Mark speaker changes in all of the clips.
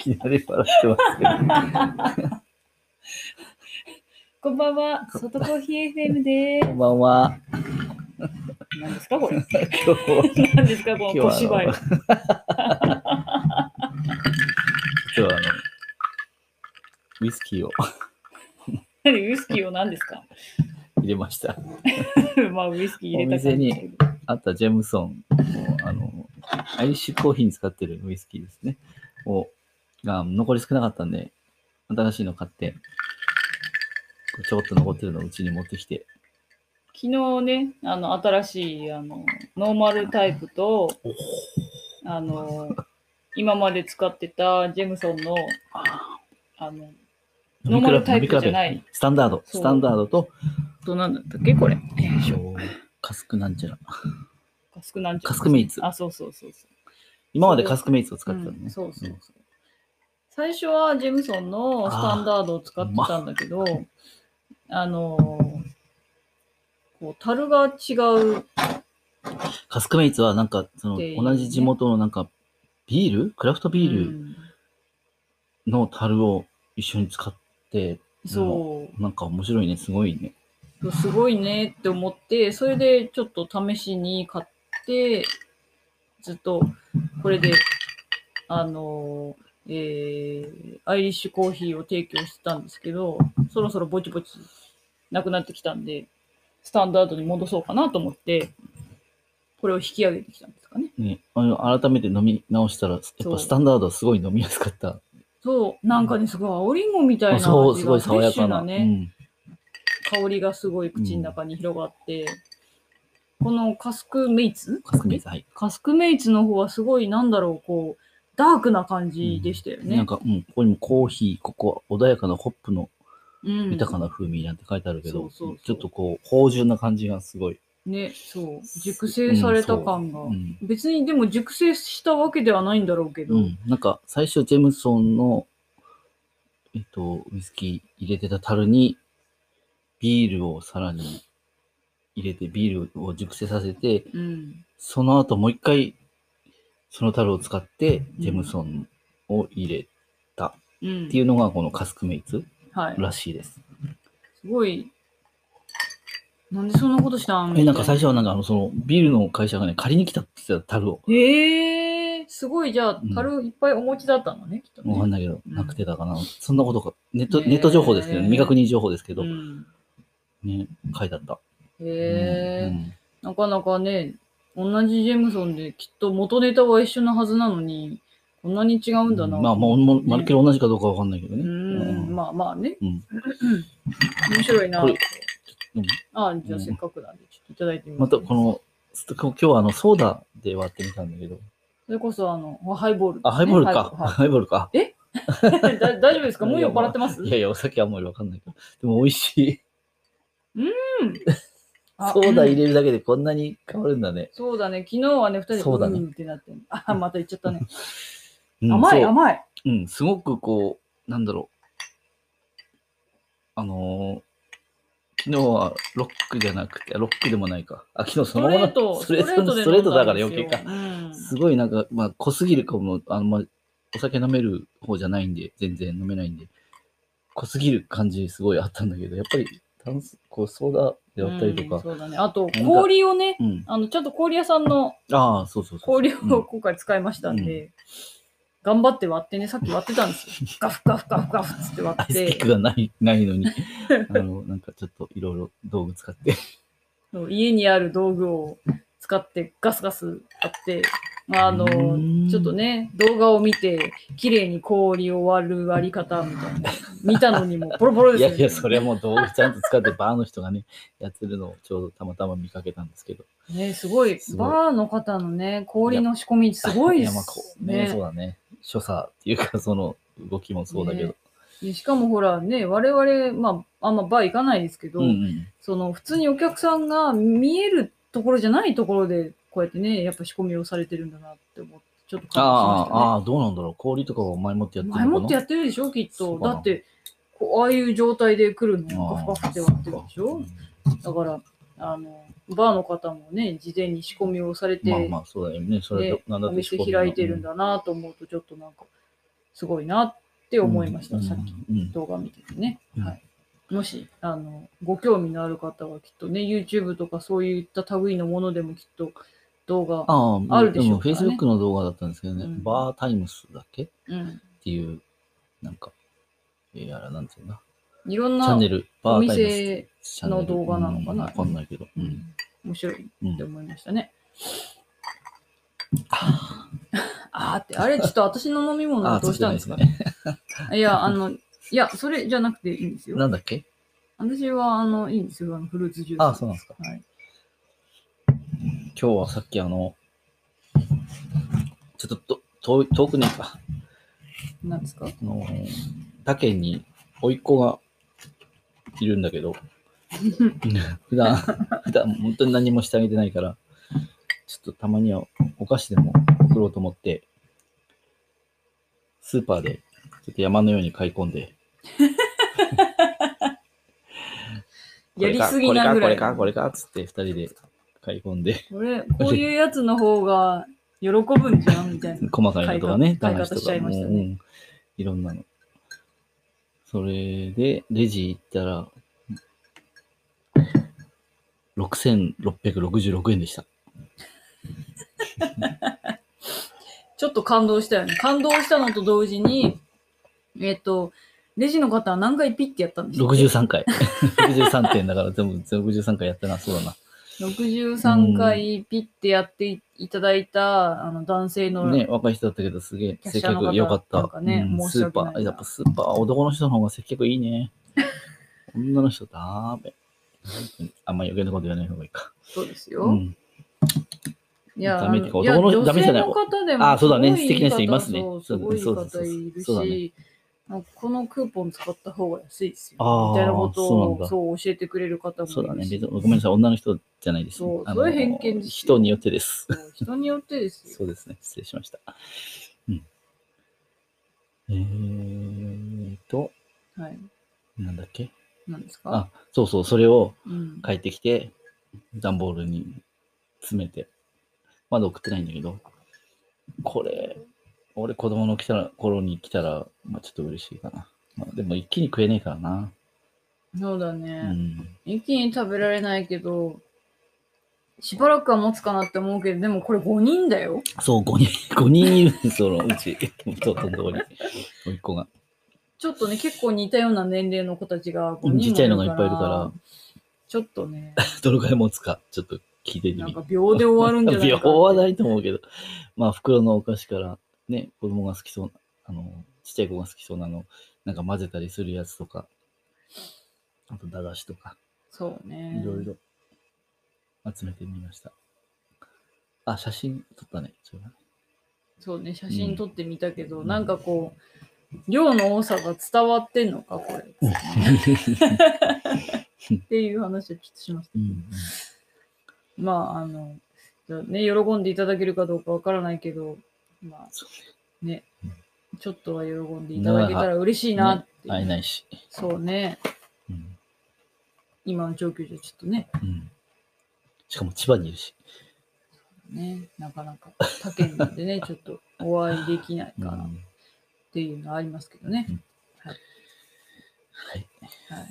Speaker 1: きなり笑ってますけど。
Speaker 2: こんばんは、外コーヒー FM で
Speaker 1: こんばんは。
Speaker 2: す。何ですか、こ れ。
Speaker 1: 今日は、
Speaker 2: 何ですか、この
Speaker 1: 今
Speaker 2: 小
Speaker 1: 日
Speaker 2: 芝
Speaker 1: はあ
Speaker 2: 居
Speaker 1: の。今日はあの、ウイスキーを
Speaker 2: 何、ウイスキーを何ですか
Speaker 1: 入れました。
Speaker 2: まあ、ウイスキー入れた
Speaker 1: お店にあとはジェムソンもうあの、アイリッシュコーヒーに使ってるウイスキーですね。を、が残り少なかったんで、新しいの買って、ちょこっと残ってるのをうちに持ってきて、
Speaker 2: 昨日ね、あの、新しい、あの、ノーマルタイプと、あの、今まで使ってたジェムソンの、あの、ノーマルタイプじゃない
Speaker 1: 飲み比べスタンダード、
Speaker 2: そう
Speaker 1: スタンダードと、
Speaker 2: どうなんだったっけ、これ。
Speaker 1: カスクなんちゃら。
Speaker 2: カスクなんちゃ
Speaker 1: カスクメイツ
Speaker 2: あ、そうそうそうそう。
Speaker 1: 今までカスクメイツを使ってたの
Speaker 2: うん
Speaker 1: ね。
Speaker 2: そうそうそう。最初はジェムソンのスタンダードを使ってたんだけど、あ、のーこう、樽が違う。
Speaker 1: カスクメイツはなんか、その、
Speaker 2: で
Speaker 1: 同じ地元のなんか、ビールクラフトビ
Speaker 2: う
Speaker 1: ール
Speaker 2: ん
Speaker 1: の樽を一緒に使って、
Speaker 2: そ
Speaker 1: なんか面白いね、すごいね。
Speaker 2: う。すごいねって思って、それでちょっと試しに買って、ずっと、これで、あのーえーアイリッシュコーヒーを提供してたんですけど、そろそろぼちぼちなくなってきたんで、スタンダードに戻そうかなと思って、これを引き上げてきたんですかね。
Speaker 1: ね、あの改めて飲み直したら、やっ
Speaker 2: そう
Speaker 1: ぱスタンダードはすごい飲みやすかった。
Speaker 2: そう、なんかね、すごい青りんごみたいな
Speaker 1: あ
Speaker 2: 味
Speaker 1: そう、すご
Speaker 2: が、
Speaker 1: い
Speaker 2: フ
Speaker 1: 爽
Speaker 2: レッ
Speaker 1: や
Speaker 2: シュ
Speaker 1: か
Speaker 2: な
Speaker 1: な。
Speaker 2: ね、香りがすごい口の中に広がって、このカスクメイツ
Speaker 1: うん、カスクメイツ、はい。
Speaker 2: カスクメイツの方はすごい、なんだろう、こう、ダークな感じでしたよね。
Speaker 1: なんか、うん、ここにもコーヒー、ここは穏やかなホップの
Speaker 2: うん
Speaker 1: 豊かな風味なんて書いてあるけど、
Speaker 2: そうそうそう
Speaker 1: ちょっとこう、芳醇な感じがすごい。
Speaker 2: ね、そう、熟成された感が。
Speaker 1: うん、
Speaker 2: 別にでも熟成したわけではないんだろうけど、
Speaker 1: うん、なんか最初ジェムソンの、えっと、ウイスキー入れてた樽にビールをさらに入れてビールを熟成させて
Speaker 2: うん
Speaker 1: その後もう一回その樽を使って
Speaker 2: うん
Speaker 1: ジェムソンを入れた
Speaker 2: うん
Speaker 1: っていうのがこのカスクメイツ
Speaker 2: はい、
Speaker 1: らしいです。
Speaker 2: すごい、なんでそんなことしたん
Speaker 1: えなんか最初
Speaker 2: 初。
Speaker 1: はなんかあのそのビールの会社がね借りに来たって言ってた樽を。
Speaker 2: えー、すごい、じゃあ
Speaker 1: うん、
Speaker 2: 樽いっぱいお持ちだったのね、きっとね。
Speaker 1: わかんないけど、
Speaker 2: うん
Speaker 1: なくてたかな。そんなことか。ネット、
Speaker 2: ねえ
Speaker 1: ネット情報ですけど、未確認情報ですけど、
Speaker 2: うん
Speaker 1: ね、書いてあった。
Speaker 2: へえ、
Speaker 1: うん
Speaker 2: なかなかね、同じジェムソンできっと元ネタは一緒なはずなのに、こんなに違うんだな。
Speaker 1: まあ、もう、もうまるっきり同じかどうかわかんないけどね。
Speaker 2: うーん、まあまあね。
Speaker 1: うん
Speaker 2: 面白いな
Speaker 1: これ。うん
Speaker 2: あじゃ
Speaker 1: う
Speaker 2: あ
Speaker 1: ん
Speaker 2: せっかくなんで、ちょっといただいてみ
Speaker 1: ま
Speaker 2: ます
Speaker 1: た、この、ちょっと今日はあの、ソーダで割ってみたんだけど。
Speaker 2: それこそ、あの、ハイボールですね、
Speaker 1: あ、ハイボールか。
Speaker 2: は
Speaker 1: ハイボールか。
Speaker 2: いはいだ大丈夫ですかもう酔っ払ってま す
Speaker 1: いやいや、お酒あんまりわかんないけど。でも、美味しい。
Speaker 2: あ
Speaker 1: ソーダ入
Speaker 2: うん
Speaker 1: れるだけでこんなに変わるんだね。
Speaker 2: そうだね。昨日はね、二人で
Speaker 1: そうだね
Speaker 2: んってなってる。あ、また言っちゃったね。
Speaker 1: うん
Speaker 2: 甘い、
Speaker 1: そう
Speaker 2: 甘い。
Speaker 1: うん、すごくこう、なんだろう。あのー昨日はロックじゃなくて、ロックでもないか。あ、昨日
Speaker 2: ス
Speaker 1: そ
Speaker 2: ト
Speaker 1: のま
Speaker 2: レ
Speaker 1: ま
Speaker 2: ート、
Speaker 1: ストレートストレートだから余計か。
Speaker 2: うん
Speaker 1: すごいなんか、まあ、濃すぎるかも、あんまお酒飲める方じゃないんで、全然飲めないんで、濃すぎる感じすごいあったんだけど、やっぱり炭素、こう、ソーダであったりと
Speaker 2: うん
Speaker 1: か、
Speaker 2: そうだね。あと
Speaker 1: か、
Speaker 2: 氷をね、
Speaker 1: うん。
Speaker 2: あの、ちゃんと氷屋さんの
Speaker 1: ああ、そうそうそう。
Speaker 2: 氷
Speaker 1: う
Speaker 2: を
Speaker 1: ん
Speaker 2: 今回使いましたんで、頑張って割ってね、さっき割ってた んですよ。ガフガフガフガフっつって割
Speaker 1: ア
Speaker 2: っ
Speaker 1: イスピック
Speaker 2: て、
Speaker 1: がない、ない のに、あの、なんかちょっといろいろ道具使って。
Speaker 2: 家にある道具を使ってガスガス割って、まああの
Speaker 1: うん、
Speaker 2: ちょっとね、動画を見て、綺麗に氷を割る割り方みたいな、見たのにもポロポロで
Speaker 1: い
Speaker 2: すよ
Speaker 1: や
Speaker 2: ね。
Speaker 1: いや、それはもう道具ちゃんと使って、バーの人がね、やってるのをちょうどたまたま見かけたんですけど。
Speaker 2: ね、すごい。
Speaker 1: すごい
Speaker 2: バーの方のね、氷の仕込みすごいで
Speaker 1: や、まあ、こ
Speaker 2: す
Speaker 1: う、ね、そうだね。所作っていうか、その動きもそうだけど。
Speaker 2: ねでしかもほらね、我々、まあ、あんまバー行かないですけど、
Speaker 1: うんうん。
Speaker 2: その普通にお客さんが見えるところじゃないところで、こうやってね、やっぱ仕込みをされてるんだなって思って、ちょっと感動しま
Speaker 1: ああ、ああ、どうなんだろう。氷とかは前もってや
Speaker 2: した
Speaker 1: って
Speaker 2: ね。
Speaker 1: るの
Speaker 2: 前
Speaker 1: かな
Speaker 2: もってやってるでしょ、きっ
Speaker 1: そ
Speaker 2: と
Speaker 1: う。か
Speaker 2: だ
Speaker 1: な
Speaker 2: って、こうああいう状態で来るのを
Speaker 1: あ
Speaker 2: ガ
Speaker 1: あ
Speaker 2: フガフって割ってるでしょ。だから、あの、バーの方もね、事前に仕込みをされて、
Speaker 1: まあまあ、そうだよね。それ
Speaker 2: ね
Speaker 1: なんだ
Speaker 2: お
Speaker 1: って仕
Speaker 2: 店
Speaker 1: 込みの
Speaker 2: 開いてるんだなと思うと、ちょっとなんか、すごいなって思いました、さっき
Speaker 1: うんうん
Speaker 2: 動画見ててね。
Speaker 1: うん
Speaker 2: はいもし、あの、ご興味のある方はきっとね、YouTube とかそういった類のものでもきっと動画、
Speaker 1: ああ、
Speaker 2: あるでしょう
Speaker 1: フ
Speaker 2: か
Speaker 1: ェ
Speaker 2: ら
Speaker 1: イス
Speaker 2: ね
Speaker 1: ブックの動画だったんですけどね、
Speaker 2: うん
Speaker 1: バータイムスだっけっ
Speaker 2: うん、
Speaker 1: ていう、なんか、えー、あれなんていうの
Speaker 2: いろん
Speaker 1: チャ
Speaker 2: な
Speaker 1: ンネル、バ
Speaker 2: お
Speaker 1: ータイムス。
Speaker 2: 店、
Speaker 1: チャンネル
Speaker 2: の動画なのかな
Speaker 1: うんわかんないけど。
Speaker 2: う
Speaker 1: うん
Speaker 2: ん、面白い
Speaker 1: うん
Speaker 2: って思いましたね。 あーって、あれ、ちょっと私の飲み物
Speaker 1: あ
Speaker 2: は
Speaker 1: あ、
Speaker 2: どうしたんですか
Speaker 1: 作ってないね。
Speaker 2: いや、あの、いや、それじゃなくていいんですよ。
Speaker 1: なんだっけ
Speaker 2: 私は、あの、いいんですよ。あのフルーツジュース。
Speaker 1: ああ、そうなんですか。
Speaker 2: はい。
Speaker 1: 今日はさっきあの、ちょっとと遠い遠くねえか。
Speaker 2: なんですか
Speaker 1: あのー、他県に甥いっ子がいるんだけ ど、普段、普段本当に何もしてあげてないから、ちょっとたまにはお菓子でも送ろうと思って、スーパーでちょっと山のように買い込んで、
Speaker 2: やりすぎな
Speaker 1: こ
Speaker 2: ぐら
Speaker 1: れ
Speaker 2: い。
Speaker 1: か、これか、これか、つって二人で買い込んで、
Speaker 2: これ、こういうやつの方が喜ぶんじゃんみたいな。
Speaker 1: 細かいのとかね、
Speaker 2: 買い方
Speaker 1: と
Speaker 2: 買い方しちゃ
Speaker 1: か
Speaker 2: いました
Speaker 1: う
Speaker 2: ね
Speaker 1: ん、いろんなの。それで、レジ行ったら、6666円でした。
Speaker 2: ちょっと感動したよね。感動したのと同時に、えっ、と、レジの方は何回ピッてやったんですか
Speaker 1: 63回。63点だから、全部63回やったな、そうだな。
Speaker 2: 63回ピッてやっていただいた、あの男性の、
Speaker 1: ね、若い人だったけど、すげえ、
Speaker 2: キャッ
Speaker 1: 接
Speaker 2: シャーの方
Speaker 1: 客良かっ
Speaker 2: なん
Speaker 1: た。
Speaker 2: かね
Speaker 1: うん
Speaker 2: 申
Speaker 1: ス
Speaker 2: し
Speaker 1: ー
Speaker 2: 訳
Speaker 1: パ
Speaker 2: ないな
Speaker 1: ー、やっぱスーパー、男の人の方が接客いいね。 女の人だーべ。あんま余計なこと言わない方がいいか。
Speaker 2: そうですよ。
Speaker 1: うん。
Speaker 2: いや、
Speaker 1: ダメ
Speaker 2: あ
Speaker 1: っていうか男の人ダメじゃない
Speaker 2: 女性の方でも
Speaker 1: あそうだね
Speaker 2: すご
Speaker 1: 素敵な人いますね
Speaker 2: そうす
Speaker 1: そうだ
Speaker 2: ご
Speaker 1: ね
Speaker 2: い
Speaker 1: そうだ
Speaker 2: 方いる
Speaker 1: そうだ
Speaker 2: し、なんかこのクーポン使った方が安いです
Speaker 1: あ
Speaker 2: よ
Speaker 1: ー。
Speaker 2: みたいなこと
Speaker 1: そうなん
Speaker 2: を
Speaker 1: だ
Speaker 2: そう教えてくれる方もいるし。
Speaker 1: そうだね。別にごめんなさい、女の人じゃないです。
Speaker 2: そう
Speaker 1: あ
Speaker 2: そ
Speaker 1: の
Speaker 2: ういう偏見ですよ
Speaker 1: 人によってです。
Speaker 2: そう人によってですよ。
Speaker 1: そうですね。失礼しました。うん。えーと、
Speaker 2: はい。
Speaker 1: なんだっけ
Speaker 2: なんですか
Speaker 1: あ、そうそう、それを
Speaker 2: うん。
Speaker 1: 帰ってきて、段ボールに詰めて、まだ送ってないんだけど、これ、俺子供の来たら頃に来たら、まあ、ちょっと嬉しいかな。まあ、でも一気に食えねえからな。
Speaker 2: そうだ
Speaker 1: う
Speaker 2: ね、
Speaker 1: ん。
Speaker 2: 一気に食べられないけど、しばらくは持つかなって思うけど、でもこれ5人だよ。
Speaker 1: そう、5人、5人 いるんです、そのうち、弟のとこに。甥いっ子が。
Speaker 2: ちょっとね、結構似たような年齢の子たちが5人も
Speaker 1: ちっちゃいのがいっぱいいるから。
Speaker 2: ちょっとね、
Speaker 1: どのくらい持つか、ちょっと聞いてみ
Speaker 2: なん
Speaker 1: る
Speaker 2: か秒で終わるんじゃないか
Speaker 1: 秒
Speaker 2: って
Speaker 1: はないと思うけど、まあ、袋のお菓子から、ね、子供が好きそうな、あの、ちっちゃい子が好きそうなの、なんか混ぜたりするやつとか、あと、駄菓子とか、
Speaker 2: そうね。
Speaker 1: いろいろ集めてみました。あ、写真撮ったね。そうだね
Speaker 2: そうね、写真撮ってみたけど、
Speaker 1: うん
Speaker 2: なんかこう、量の多さが伝わってんのか、これ。 っていう話をちょっとしました。
Speaker 1: うん
Speaker 2: まあ、あの、ね、喜んでいただけるかどうかわからないけど、まあ、
Speaker 1: そう
Speaker 2: ね
Speaker 1: うん、
Speaker 2: ちょっとは喜んでいただけたら嬉しいなって
Speaker 1: うん。会えないし。
Speaker 2: そうね、
Speaker 1: うん
Speaker 2: 今の状況じゃちょっとね、
Speaker 1: うんしかも千葉にいるし。
Speaker 2: ね、なかなか他県なん でね、ちょっとお会いできないか
Speaker 1: う
Speaker 2: なっ
Speaker 1: ん
Speaker 2: ていうのはありますけどね。
Speaker 1: はい。
Speaker 2: はい。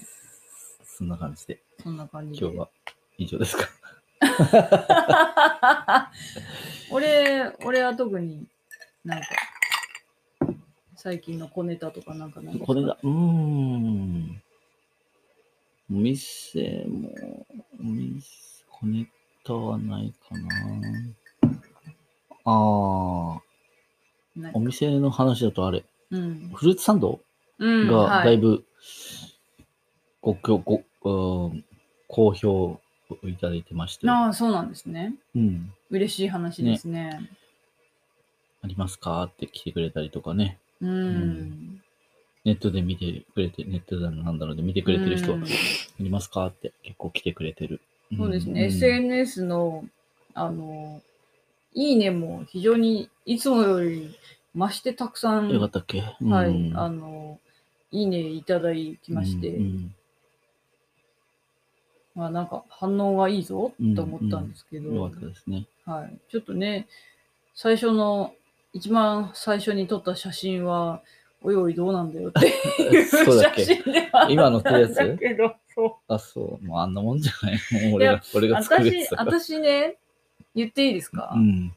Speaker 1: そんな感じで、
Speaker 2: そんな感じで。
Speaker 1: 今日は以上ですか。
Speaker 2: 俺、俺は特になんか、最近の小ネタとかなんかないですか
Speaker 1: これだ。うーん。お店も、お店、小ネタはないかな。ああ、
Speaker 2: ない
Speaker 1: お店の話だとあれ、
Speaker 2: うん。
Speaker 1: フルーツサンド
Speaker 2: うん。
Speaker 1: が
Speaker 2: はい
Speaker 1: だいぶご、ご、ご、うん好評をいただいてまして、
Speaker 2: ああ、そうなんですね。
Speaker 1: うん、
Speaker 2: 嬉しい話ですね。
Speaker 1: ありますかって来てくれたりとかね、
Speaker 2: うん。
Speaker 1: んネットで見てくれて、ネットだのなんだろうで見てくれてる人は
Speaker 2: うん
Speaker 1: ありますかって結構来てくれてる。ん
Speaker 2: そうですね。
Speaker 1: ん
Speaker 2: SNS の、あの、いいねも非常にいつもより増してたくさん、
Speaker 1: よかったっけ、うん
Speaker 2: はい、あの、いいねいただきまして、
Speaker 1: うん
Speaker 2: まあなんか反応がいいぞと思ったんですけど、
Speaker 1: うんよかったですね。
Speaker 2: はい。ちょっとね、最初の一番最初に撮った写真は、おいおいどうなんだよっていう 写
Speaker 1: そうだっけ
Speaker 2: 真ではあ
Speaker 1: 今のってやつ
Speaker 2: ったんだけど、そう。
Speaker 1: あ、そう。もうあんなもんじゃ ない。もう俺
Speaker 2: い
Speaker 1: が、俺が作るや
Speaker 2: 私、
Speaker 1: つだから。
Speaker 2: 私ね、言っていいですか、
Speaker 1: うん。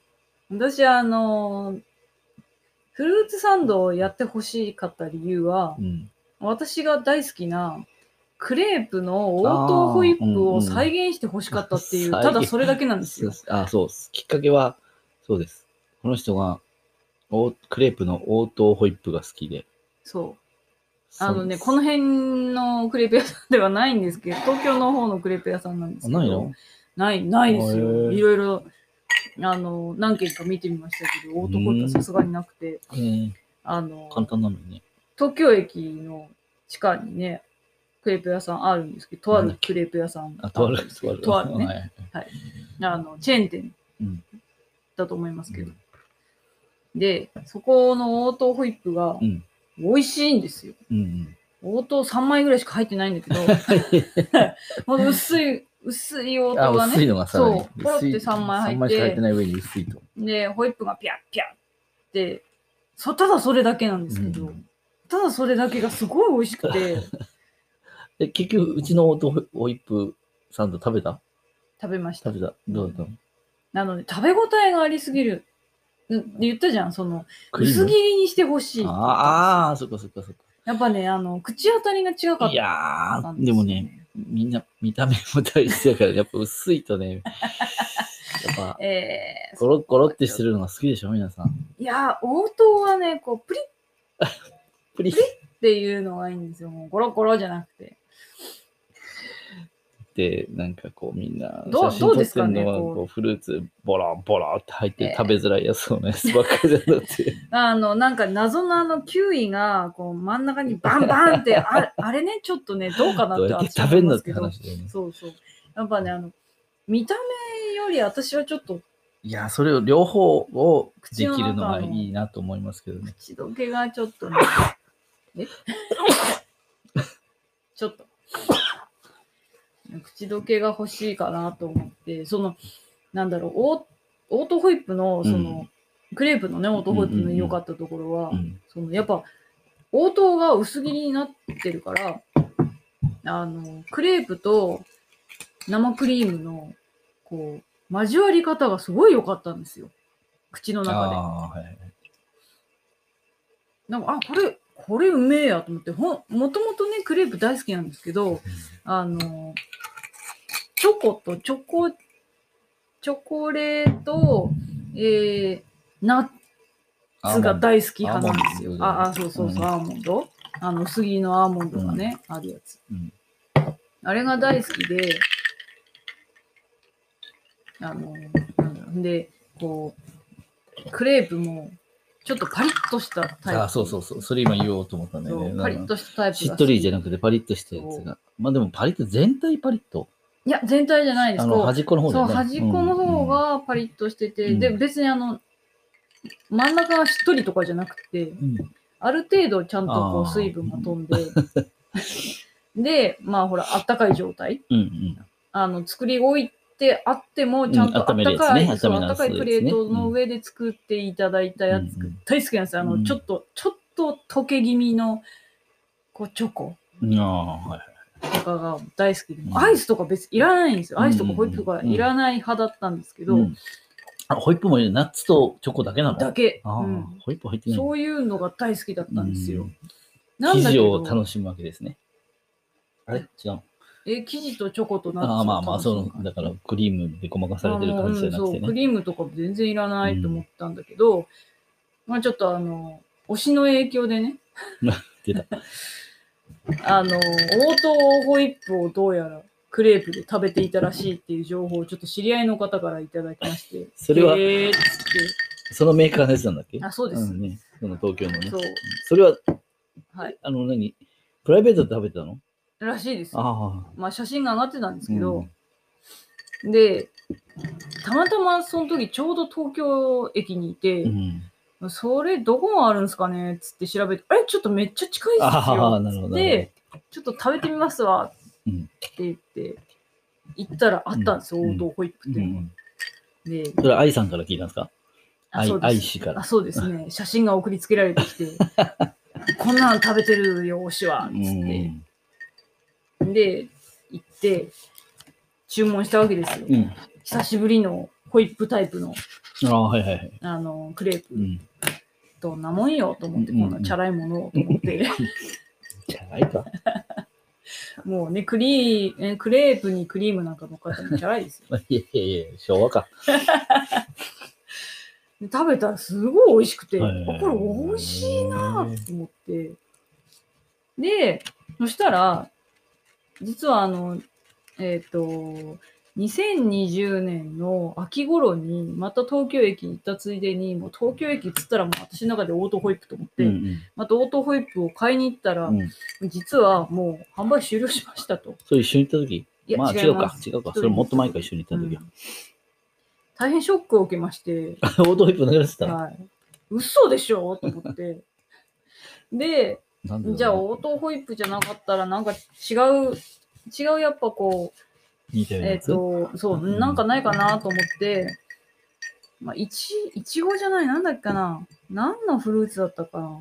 Speaker 2: 私、あの、フルーツサンドをやってほしかった理由は
Speaker 1: う、ん。
Speaker 2: 私が大好きなクレープの応答ホイップを再現してほしかったっ ていう、
Speaker 1: あーうんうん
Speaker 2: ただそれだけなんで すよ。
Speaker 1: あ、そうです。きっかけは、そうです。この人が、おクレープの応答ホイップが好きで。
Speaker 2: そう。あのね、
Speaker 1: そ
Speaker 2: この辺のクレープ屋さんではないんですけど、東京の方のクレープ屋さんなんですけど。
Speaker 1: ないの
Speaker 2: ない、ないです
Speaker 1: へ
Speaker 2: よ。
Speaker 1: ー
Speaker 2: いろいろ、あの、何件か見てみましたけど、オートコイはさすがになくて、
Speaker 1: えー
Speaker 2: あの、
Speaker 1: 簡単なのにね。
Speaker 2: 東京駅の地下にね、クレープ屋さんあるんですけど、とあるクレープ屋さん。
Speaker 1: あ、とある、とある。
Speaker 2: とあるね
Speaker 1: はい
Speaker 2: あの、チェーン店
Speaker 1: うん。
Speaker 2: だと思いますけ
Speaker 1: う
Speaker 2: ど
Speaker 1: ん。
Speaker 2: で、そこのオートホイップが
Speaker 1: うん。
Speaker 2: 美味しいんですよ。
Speaker 1: うんうん。
Speaker 2: 応答3枚ぐらいしか入ってないんだ けど、もう薄い、薄い応
Speaker 1: あ、
Speaker 2: 答が
Speaker 1: 薄い
Speaker 2: ね。
Speaker 1: のがさらに
Speaker 2: そうポロって三枚入って
Speaker 1: 3枚しか入ってない上に薄いと。
Speaker 2: で、ホイップがピャッピャッって、そただそれだけなんですけど、
Speaker 1: うん
Speaker 2: ただそれだけがすごい美味し くて
Speaker 1: で、結局、うちのオートホイップサンド食べた
Speaker 2: 食べました。
Speaker 1: 食べた。どうだったの
Speaker 2: なので、食べ応えがありすぎる。んって言ったじゃん、その、
Speaker 1: クリー
Speaker 2: 薄
Speaker 1: ム
Speaker 2: 切りにしてほしい。や
Speaker 1: あーあー、そっかそっかそっ
Speaker 2: っぱね、あの、口当たりが違か
Speaker 1: か。
Speaker 2: っ
Speaker 1: いや
Speaker 2: たん
Speaker 1: ー、
Speaker 2: です
Speaker 1: で
Speaker 2: よ
Speaker 1: もね、。みんな見た目も大事だから、やっぱ薄いと ね、やっぱ
Speaker 2: えー
Speaker 1: ゴロッゴロってしてるのが好きでしょ、皆さん。
Speaker 2: いや、応答はね、こう、プリッ
Speaker 1: プリッ
Speaker 2: っていうのがいいんですよ。もうゴロゴロじゃなくて。
Speaker 1: て、なんかこうみんな
Speaker 2: どう
Speaker 1: 写
Speaker 2: どうで
Speaker 1: 真
Speaker 2: す
Speaker 1: 撮
Speaker 2: か
Speaker 1: って
Speaker 2: ね
Speaker 1: るのは、
Speaker 2: こう
Speaker 1: こうフルーツボロボロって入って
Speaker 2: ええ
Speaker 1: 食べづらいやつをね、ばっかりだって。
Speaker 2: あの、なんか謎のあのキウイが、こう、真ん中にバンバ ンって、ああれね、ちょっとね、どうかな
Speaker 1: ど
Speaker 2: っ
Speaker 1: う
Speaker 2: て
Speaker 1: やって
Speaker 2: 私
Speaker 1: 食べん
Speaker 2: 思
Speaker 1: のっ
Speaker 2: います
Speaker 1: て
Speaker 2: けど
Speaker 1: 話だよね。
Speaker 2: そうそう。やっぱね、あの、見た目より私はちょっと
Speaker 1: いや、それを両方をできるのが
Speaker 2: 口の中の
Speaker 1: いいなと思いますけどね。
Speaker 2: 口どけがちょっとね、え ちょっと。口どけが欲しいかなと思って、その、なんだろう、オーオートホイップの、その、クレープのね、オートホイップの良かったところは、
Speaker 1: うん。
Speaker 2: そのやっぱ応答が薄切りになってるからあのクレープと生クリームのこう交わり方がすごい良かったんですよ口の中
Speaker 1: ああー、はい。
Speaker 2: でなんかあこれこれうめえやと思ってほんもともとねクレープ大好きなんですけどあのチョコとチョコチョコレートえー、ナッ
Speaker 1: あ
Speaker 2: ツ
Speaker 1: ー
Speaker 2: が
Speaker 1: まあ
Speaker 2: 大好き派なんです
Speaker 1: ア
Speaker 2: よ
Speaker 1: ー。モンド
Speaker 2: ああ、そうそうそう、
Speaker 1: うん
Speaker 2: アーモンド。あの、薄切りのアーモンドがね、あるやつ、
Speaker 1: うん
Speaker 2: あれが大好きで、あの、なんだろう。で、こう、クレープも、ちょっとパリッとしたタイプ。
Speaker 1: あーそうそうそう。それ今言おうと思ったんだよ
Speaker 2: そ
Speaker 1: ね。
Speaker 2: うパリッとしたタイプ
Speaker 1: しっとりじゃ
Speaker 2: な
Speaker 1: なくてパリッとしたやつが。まあでもパリッと全体パリッと。
Speaker 2: いや、全体じゃないです。
Speaker 1: あの
Speaker 2: こう
Speaker 1: 端っこの方だ
Speaker 2: そ
Speaker 1: よ
Speaker 2: う、
Speaker 1: ね。
Speaker 2: 端っこの方がパリッとしてて、
Speaker 1: うん
Speaker 2: で、別にあの、真ん中がしっとりとかじゃなくて、
Speaker 1: うん。うん
Speaker 2: ある程度ちゃんとこ
Speaker 1: あ
Speaker 2: う
Speaker 1: ー
Speaker 2: 水分が飛んで、で、まあほら、あったかい状態。
Speaker 1: うんうん。
Speaker 2: あの、作り置いてあっても、ちゃんとあ
Speaker 1: うん
Speaker 2: っ
Speaker 1: 温める
Speaker 2: た
Speaker 1: やつ
Speaker 2: かい、
Speaker 1: ね
Speaker 2: そう
Speaker 1: 温
Speaker 2: あ
Speaker 1: め
Speaker 2: っ
Speaker 1: るや
Speaker 2: た
Speaker 1: つ
Speaker 2: か
Speaker 1: ね
Speaker 2: いプレートの上で作っていただいたやつ、
Speaker 1: うんうん
Speaker 2: 大好きなんですよ。あの、
Speaker 1: うん
Speaker 2: ちょっと、ちょっと溶け気味の、こう、チョコ
Speaker 1: うんああ、はい。
Speaker 2: とかが大好きで、
Speaker 1: うん
Speaker 2: アイスとか別にいらないんですよ。アイスと
Speaker 1: うん
Speaker 2: か
Speaker 1: うん
Speaker 2: ホイップとかいらない派だったんですけど、
Speaker 1: うんあ、ホイップもいいねナッツとチョコだけなの
Speaker 2: だけ、
Speaker 1: ああ、
Speaker 2: うん
Speaker 1: ホイップ入ってない。
Speaker 2: そういうのが大好きだったんです
Speaker 1: う
Speaker 2: よ。
Speaker 1: ん
Speaker 2: なんだ
Speaker 1: 生
Speaker 2: け
Speaker 1: 地
Speaker 2: ど
Speaker 1: を楽しむわけですね。あれ違うの
Speaker 2: え、生地とチョコとナッツ
Speaker 1: ああ、まあまあ、
Speaker 2: 楽しむ
Speaker 1: そう。だから、クリームでごまかされてる感じじゃなく
Speaker 2: あもうう
Speaker 1: て
Speaker 2: んそうク
Speaker 1: ね。
Speaker 2: リームとか全然いらないと思ったんだけど、まあちょっとあの推しの影響でね
Speaker 1: 出た
Speaker 2: あの応答ホイップをどうやらクレープで食べていたらしいっていう情報をちょっと知り合いの方からいただきまして
Speaker 1: それは
Speaker 2: へーっつっ
Speaker 1: そのメーカーのやつなんだっけ
Speaker 2: てあそうです、
Speaker 1: んね。その東京のね。
Speaker 2: そう
Speaker 1: それは、
Speaker 2: はい
Speaker 1: あの、何プライベートで食べてたの
Speaker 2: らしいですよ
Speaker 1: ああ。
Speaker 2: まあ写真が上がってたんですけ
Speaker 1: う
Speaker 2: ど
Speaker 1: ん、
Speaker 2: でたまたまその時ちょうど東京駅にいて、
Speaker 1: うん。
Speaker 2: それどこがあるんですかねっつって調べて、あれちょっとめっちゃ近いっすよ
Speaker 1: ああ、
Speaker 2: っ
Speaker 1: な
Speaker 2: つ
Speaker 1: るほ
Speaker 2: っ
Speaker 1: ど。なる
Speaker 2: て、ちょっと食べてみますわ
Speaker 1: う
Speaker 2: って
Speaker 1: ん
Speaker 2: 言って、行ったらあったんですよ、
Speaker 1: うん
Speaker 2: 王道ホイップ
Speaker 1: ほど
Speaker 2: って
Speaker 1: う
Speaker 2: いうのが
Speaker 1: ん。
Speaker 2: で、
Speaker 1: それは愛さんから聞いたんですか
Speaker 2: あ
Speaker 1: 愛
Speaker 2: そうです
Speaker 1: 愛しから
Speaker 2: あ。そうで すね。写真が送りつけられてきて、こんなん食べてるよ、おしは、
Speaker 1: う
Speaker 2: つって。
Speaker 1: ん。
Speaker 2: で、行って、注文したわけですよ。
Speaker 1: うん。
Speaker 2: 久しぶりのホイップタイプの、
Speaker 1: ああ、はいはいはい。
Speaker 2: あの、クレープ
Speaker 1: う。ん。
Speaker 2: どんなもんよ、と思って、
Speaker 1: うんうんう
Speaker 2: こ
Speaker 1: ん
Speaker 2: んなチャラいものを、と思って。
Speaker 1: じゃないか。
Speaker 2: もうね、クリーえ、クレープにクリームなんか乗っかってもチャラいですよ。
Speaker 1: いやいやいや、昭和か。
Speaker 2: で食べたらすごい美味しくて、あ
Speaker 1: はい
Speaker 2: これ美味しいなと思って。で、そしたら、実はあの、えっ、と、2020年の秋頃に、また東京駅に行ったついでに、もう東京駅っつったらもう私の中でオートホイップと思っ
Speaker 1: う
Speaker 2: て、
Speaker 1: んうん。
Speaker 2: またオートホイップを買いに行ったら、
Speaker 1: うん
Speaker 2: 実はもう販売終了しましたと。
Speaker 1: それ一緒に行った時
Speaker 2: いや、
Speaker 1: まあ
Speaker 2: 違
Speaker 1: 違
Speaker 2: いうま
Speaker 1: か
Speaker 2: す。
Speaker 1: 違うか。それもっと前から一緒に行った時は
Speaker 2: うん。大変ショックを受けまして、
Speaker 1: オートホイップ流れてたの。
Speaker 2: はい、嘘でしょと思って。で、
Speaker 1: なんでだろう
Speaker 2: じゃあオートホイップじゃなかったら、なんか違う、違うやっぱこう、
Speaker 1: 似たような
Speaker 2: え
Speaker 1: や
Speaker 2: っ、
Speaker 1: つ。
Speaker 2: と、そうう、
Speaker 1: ん
Speaker 2: なんかないかなと思って、まあ、いち、いちごじゃない、なんだっけかな。何のフルーツだったかな。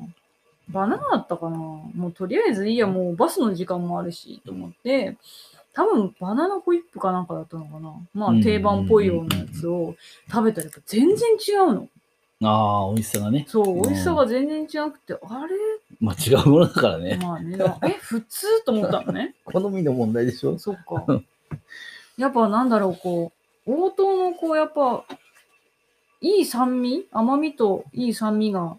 Speaker 2: バナナだったかな。もうとりあえずいいや、もうバスの時間もあるし、と思って、多分バナナホイップかなんかだったのかな。まあ
Speaker 1: うん
Speaker 2: 定番っぽいようなやつを食べたらやっぱ全然違うの。
Speaker 1: ああ、美味しさがね。
Speaker 2: そう、美味しさが全然違くて、あ
Speaker 1: まあ違うものだから
Speaker 2: れ
Speaker 1: ね。
Speaker 2: まあね、なえ、普通と思ったのね。
Speaker 1: 好みの問題でしょ
Speaker 2: そっか。やっぱなんだろう、こう、応答のこう、やっぱ、いい酸味甘みといい酸味が、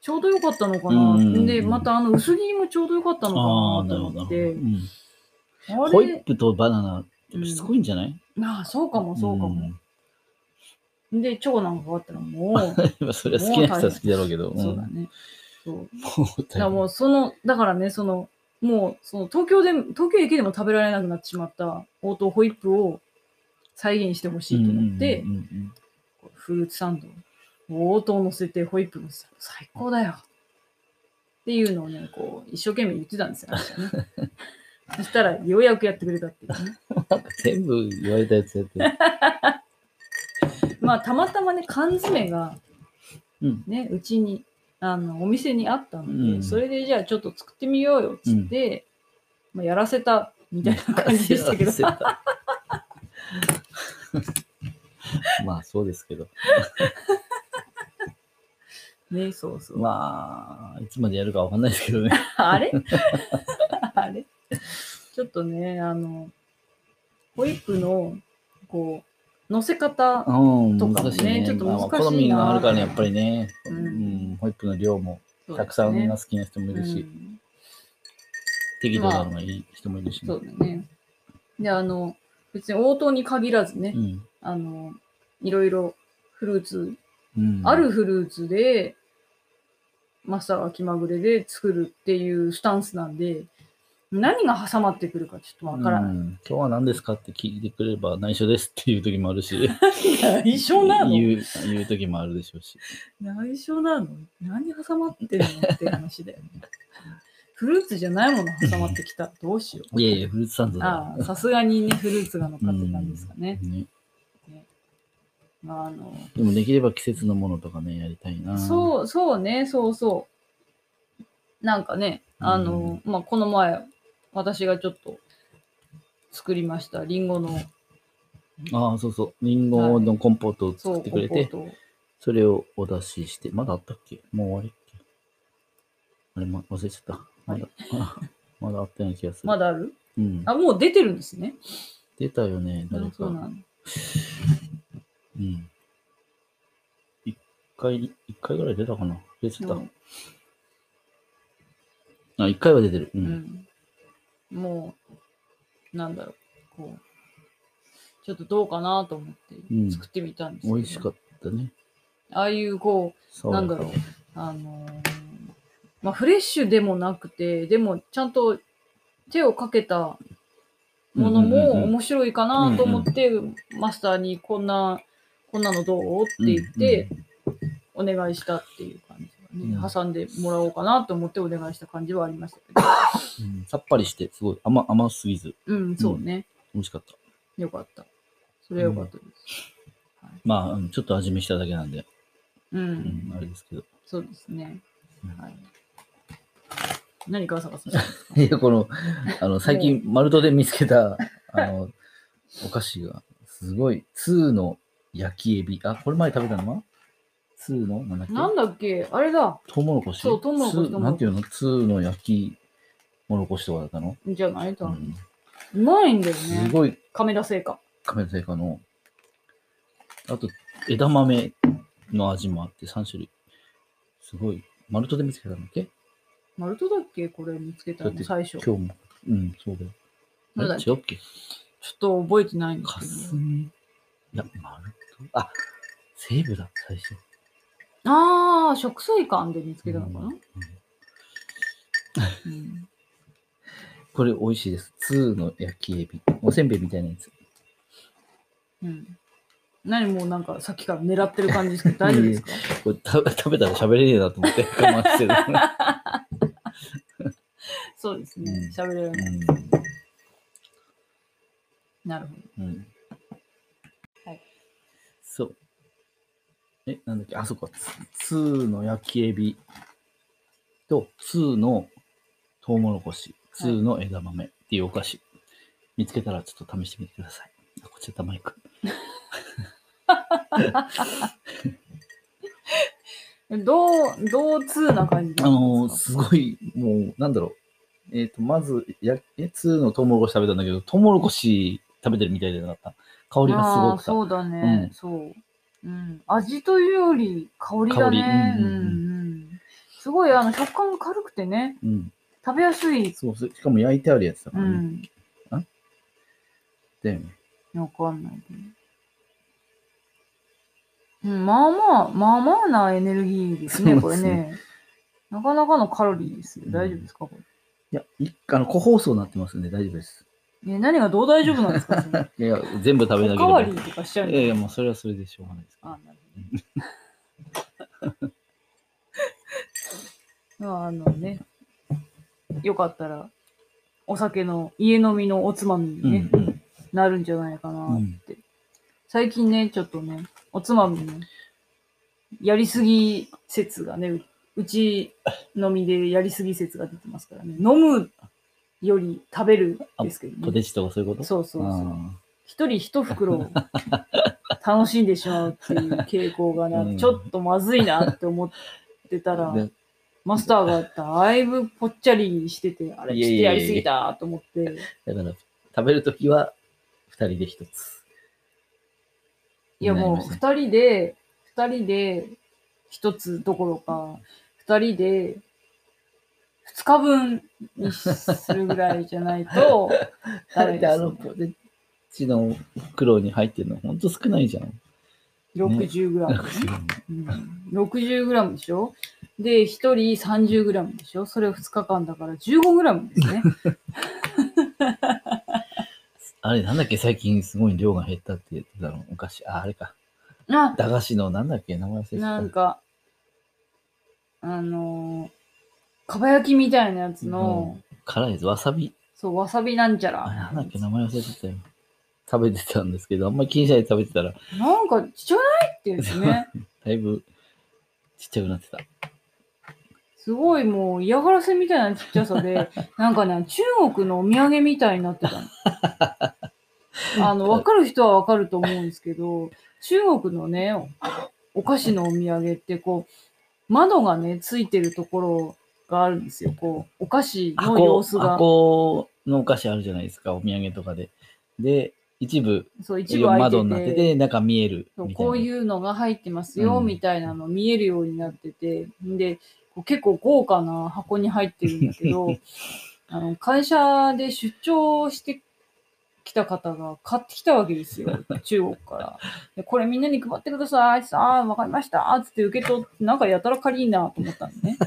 Speaker 2: ちょうど良かったのか
Speaker 1: うんうんう
Speaker 2: な。
Speaker 1: ん
Speaker 2: で、またあの薄切りもちょうど良かったの
Speaker 1: ああ、
Speaker 2: か
Speaker 1: な
Speaker 2: な
Speaker 1: る
Speaker 2: と
Speaker 1: ほどなる
Speaker 2: 思って
Speaker 1: ほど。。うん
Speaker 2: あ
Speaker 1: ホイッ
Speaker 2: れ、
Speaker 1: プとバナナ、ちょっとしつこいんじゃない
Speaker 2: まあそうかもそうかも。で、長男がかかったらもう、
Speaker 1: も。 それは好きな人は好きだろうけど。ん
Speaker 2: そうだね。そう。
Speaker 1: もう
Speaker 2: だからもうその、だからね、その、もう、その東京で、東京駅でも食べられなくなってしまった応答ホイップを再現してほしいと思って、
Speaker 1: うんうんうん
Speaker 2: フルーツサンドを応答乗せてホイップ乗せたら最高だよっていうのをねこう一生懸命言ってたんですよ、私は ねそしたらようやくやってくれたっていうね
Speaker 1: なんか全部言われたやつやってる。
Speaker 2: まあたまたまね缶詰が
Speaker 1: うん
Speaker 2: ねうちにあのお店にあったので、
Speaker 1: うん
Speaker 2: それでじゃあちょっと作ってみようよっつって、まあ、やらせたみたいな感じでしたけど
Speaker 1: まあそうですけど。
Speaker 2: ねそうそう、
Speaker 1: まあ、いつまでやるかわかんないですけどね。
Speaker 2: あれあれちょっとね、あの、ホイップの、こ う、乗せ方、
Speaker 1: うん、
Speaker 2: とかもね
Speaker 1: 難しいね。
Speaker 2: ちょっと難し
Speaker 1: ま
Speaker 2: いな
Speaker 1: あ好みがあるからね、やっぱりね。
Speaker 2: う
Speaker 1: うんん、ホイップの量も、
Speaker 2: そうですね
Speaker 1: たくさんみんな好きな人もいるし、
Speaker 2: うん
Speaker 1: 適度なのがいい人もいるしね。
Speaker 2: そうだね。で、あの、別に応答に限らずね、
Speaker 1: うん。
Speaker 2: あの、いろいろフルーツ、
Speaker 1: うん
Speaker 2: あるフルーツで、マスターが気まぐれで作るっていうスタンスなんで、何が挟まってくるかちょっとわから
Speaker 1: う
Speaker 2: ない。
Speaker 1: ん今日は何ですかって聞いてくれれば内緒ですっていう時もあるし、
Speaker 2: 内緒なの
Speaker 1: 言う言う時もあるでしょうし。
Speaker 2: 内緒なの何挟まってるのって話だよね。 フルーツじゃないもの挟まってきたらどうしよう。
Speaker 1: いやいや、フルーツサンドだ。
Speaker 2: ああ、さすがにね、フルーツが乗っかってたんですかね。
Speaker 1: うんね
Speaker 2: まあ、あの、
Speaker 1: でもできれば季節のものとかね、やりたいな。う。
Speaker 2: そう、そうね、そうそう。なんかね、あの、まあ、この前、私がちょっと作りました、リンゴの、
Speaker 1: ああ、そうそう。リンゴのコンポートを
Speaker 2: そ
Speaker 1: 作っ
Speaker 2: う、
Speaker 1: てくれ
Speaker 2: コン
Speaker 1: て、
Speaker 2: ポート
Speaker 1: それをお出しして、まだあったっけもう終わりっけあれ、ま、忘れちゃった。まだ、 あまだあったような気がする。
Speaker 2: まだある
Speaker 1: うん。
Speaker 2: あ、もう出てるんですね。
Speaker 1: 出たよね、誰か。
Speaker 2: そうなの。
Speaker 1: うん。一回、一回ぐらい出たかな出てた。
Speaker 2: そう
Speaker 1: あ、一回は出てる。う。
Speaker 2: うんんもう、なんだろう、こう、ちょっとどうかなと思って作ってみたんですけど、
Speaker 1: 美味しかったね。
Speaker 2: ああいう、こう、
Speaker 1: 爽
Speaker 2: な
Speaker 1: や
Speaker 2: ん
Speaker 1: か
Speaker 2: だろう、あのーまあ、フレッシュでもなくて、でもちゃんと手をかけたもの
Speaker 1: うんうん
Speaker 2: も
Speaker 1: うんうん
Speaker 2: 面白いかなと思って、マスターにこんな、こんなのどうって言って、お願いしたっていう感じがね、
Speaker 1: うん
Speaker 2: 挟んでもらおうかなと思ってお願いした感じはありましたけど。
Speaker 1: うんうんさっぱりして、すごい甘甘すぎず、
Speaker 2: うん、そうね。
Speaker 1: 美味しかった。
Speaker 2: よかった。それはよかったです。
Speaker 1: まあ、うんちょっと味見しただけなんで、う
Speaker 2: う。
Speaker 1: んん、あれですけど。
Speaker 2: そうですね
Speaker 1: うん。
Speaker 2: はい。何ガサガ サしてるんですか
Speaker 1: いや、この、あの、最近、マルトで見つけた、あの、お菓子が、すごい、2の焼きエビ。あ、これ前食べたのは ?2 の、なんだっけ
Speaker 2: なんだっけあれだ
Speaker 1: トウモロコシ
Speaker 2: そうトウモロコ
Speaker 1: ツー
Speaker 2: シトウモロ
Speaker 1: なん
Speaker 2: コシ
Speaker 1: ていうの ?2 の焼きモロコシとかだったの、
Speaker 2: じゃないと
Speaker 1: う。ん、
Speaker 2: うまいんだよ
Speaker 1: す
Speaker 2: ね。
Speaker 1: ごい、
Speaker 2: 亀田製菓。
Speaker 1: 亀田製菓の、あと、枝豆の味もあって、3種類。すごい、マルトで見つけたんだっけ
Speaker 2: マルトだっけこれ見つけた
Speaker 1: だっ
Speaker 2: の
Speaker 1: て、
Speaker 2: 最初。ちょ
Speaker 1: 今日も。うん、そうだよ。あ
Speaker 2: そうだ
Speaker 1: れ
Speaker 2: っ
Speaker 1: 違うっけ
Speaker 2: っと覚えてないんで
Speaker 1: かす
Speaker 2: すけど。
Speaker 1: み。いや、マルト。あ、西武だ、最初。
Speaker 2: ああ、食彩館で見つけたのかな
Speaker 1: うん
Speaker 2: うん
Speaker 1: これ美味しいです。2の焼きエビ。おせんべいみたいなやつ。
Speaker 2: うん。何もうなんかさっきから狙ってる感じですけ ど、大丈夫ですか
Speaker 1: これた食べたら喋れねえなと思って我慢してる。
Speaker 2: そうですね。喋れるね。なるほど。
Speaker 1: うん。うん
Speaker 2: はい。
Speaker 1: そう。え、なんだっけ、あそこ。2の焼きエビと2のトウモロコシ、2の枝豆っていうお菓子。見つけたらちょっと試してみてください。あこっちだ、マイク。
Speaker 2: どう、どう通な感じ
Speaker 1: あの
Speaker 2: なん
Speaker 1: ー
Speaker 2: です
Speaker 1: すごい、もう、なんだろう。えっ、と、まず、や、え、2のトウモロコシ食べたんだけど、トウモロコシ食べてるみたいじゃなかった。香り
Speaker 2: か
Speaker 1: がすご
Speaker 2: あー
Speaker 1: く
Speaker 2: そうだ
Speaker 1: う
Speaker 2: ね
Speaker 1: ん。
Speaker 2: そう。うん。味というより香りだね。
Speaker 1: 香り
Speaker 2: う
Speaker 1: うんん
Speaker 2: う
Speaker 1: うんん
Speaker 2: すごい、あの、食感が軽くてね、
Speaker 1: うん。
Speaker 2: 食べやすい。
Speaker 1: そう、そしかも焼いてあるやつだか
Speaker 2: う
Speaker 1: らね。
Speaker 2: ん。
Speaker 1: だよね
Speaker 2: わかんないけど。うん、まあまあ、まあまあなエネルギーですね、
Speaker 1: そ
Speaker 2: こ
Speaker 1: う
Speaker 2: れ
Speaker 1: ですね
Speaker 2: ね。なかなかのカロリーですよ。
Speaker 1: うん
Speaker 2: 大丈夫ですか、こ
Speaker 1: いや、いあの、個包装になってますんで大丈夫です。
Speaker 2: れ。ね、何がどう大丈夫なんですかそれ
Speaker 1: いや、全部食べなければ。
Speaker 2: おかわりとかしちゃうん
Speaker 1: い
Speaker 2: です
Speaker 1: や
Speaker 2: か
Speaker 1: いや、もうそれはそれでしょうがないですけど。
Speaker 2: あ、なるほ ど。まあ、あのね、よかったら、お酒の、家飲みのおつまみ
Speaker 1: う
Speaker 2: に、ね
Speaker 1: ん、うん。
Speaker 2: なるんじゃないかなって。最近ね、ちょっとね、おつまみね、やりすぎ説がね、ううち飲みでやりすぎ説が出てますからね、飲むより食べるですけど
Speaker 1: ポ
Speaker 2: ね。
Speaker 1: テチとかそういうこと
Speaker 2: そうそうそう。
Speaker 1: あ
Speaker 2: 一人一袋を楽しんでしまうっていう傾向がね、
Speaker 1: うん
Speaker 2: ちょっとまずいなって思ってたら
Speaker 1: ー、で
Speaker 2: マスターがだいぶぽっちゃりしてて、あれ、
Speaker 1: い
Speaker 2: ちょ
Speaker 1: や
Speaker 2: っ
Speaker 1: いやい
Speaker 2: と
Speaker 1: や
Speaker 2: やりすぎたと思って、
Speaker 1: だから、食べるときは、二人で一つ。
Speaker 2: いやも
Speaker 1: なりま
Speaker 2: う
Speaker 1: したね
Speaker 2: 二人で、二人で一つどころか、二人で二日分にするぐらいじゃな いとダ
Speaker 1: だ
Speaker 2: メ
Speaker 1: っ
Speaker 2: で
Speaker 1: てあ
Speaker 2: す、
Speaker 1: の
Speaker 2: ね。
Speaker 1: ポテチの袋に入ってるのほんと少ないじゃん。
Speaker 2: 60グラム、うん。60グラムでしょで、一人30グラムでしょそれを二日間だから15グラムです ね。
Speaker 1: あれなんだっけ最近すごい量が減ったって言ってたのお菓子。あ、あれか。
Speaker 2: あ、
Speaker 1: 駄菓子のなんだっけ名前忘れてた。
Speaker 2: なんか、あのー、かば焼きみたいなやつの、
Speaker 1: 辛いです。わさび。
Speaker 2: そう、わさびなんちゃ
Speaker 1: あれ
Speaker 2: ら
Speaker 1: な。んだっけ名前忘れてたよ。食べてたんですけど、あんまり気にしないで食べてたら、
Speaker 2: なんか、ちっちゃないっていうんですね。
Speaker 1: だいぶちっちゃくなってた。
Speaker 2: すごいもう嫌がらせみたいなちっちゃ さで、なんかね、中国のお土産みたいになってた の。あの、わかる人はわかると思うんですけど、中国のね、お菓子のお土産って、こう、窓がね、ついてるところがあるんですよ。こう、お菓子の様
Speaker 1: 箱
Speaker 2: 子が。
Speaker 1: 箱のお菓子あるじゃないですか、お土産とかで。で、一部、
Speaker 2: そう、一部開い
Speaker 1: 窓
Speaker 2: て
Speaker 1: になって
Speaker 2: て。
Speaker 1: て、中見える
Speaker 2: そう
Speaker 1: みたいな。
Speaker 2: こういうのが入ってますよ、
Speaker 1: うん
Speaker 2: みたいなの見えるようになってて、で、こう結構豪華な箱に入ってるんだ けど、あの会社で出張してきた方が買ってきたわけで すよ、中国から。でこれみんなに配ってください、さあ、わかりました、つって受け取って、なんかやたらかりいなと思ったの ね。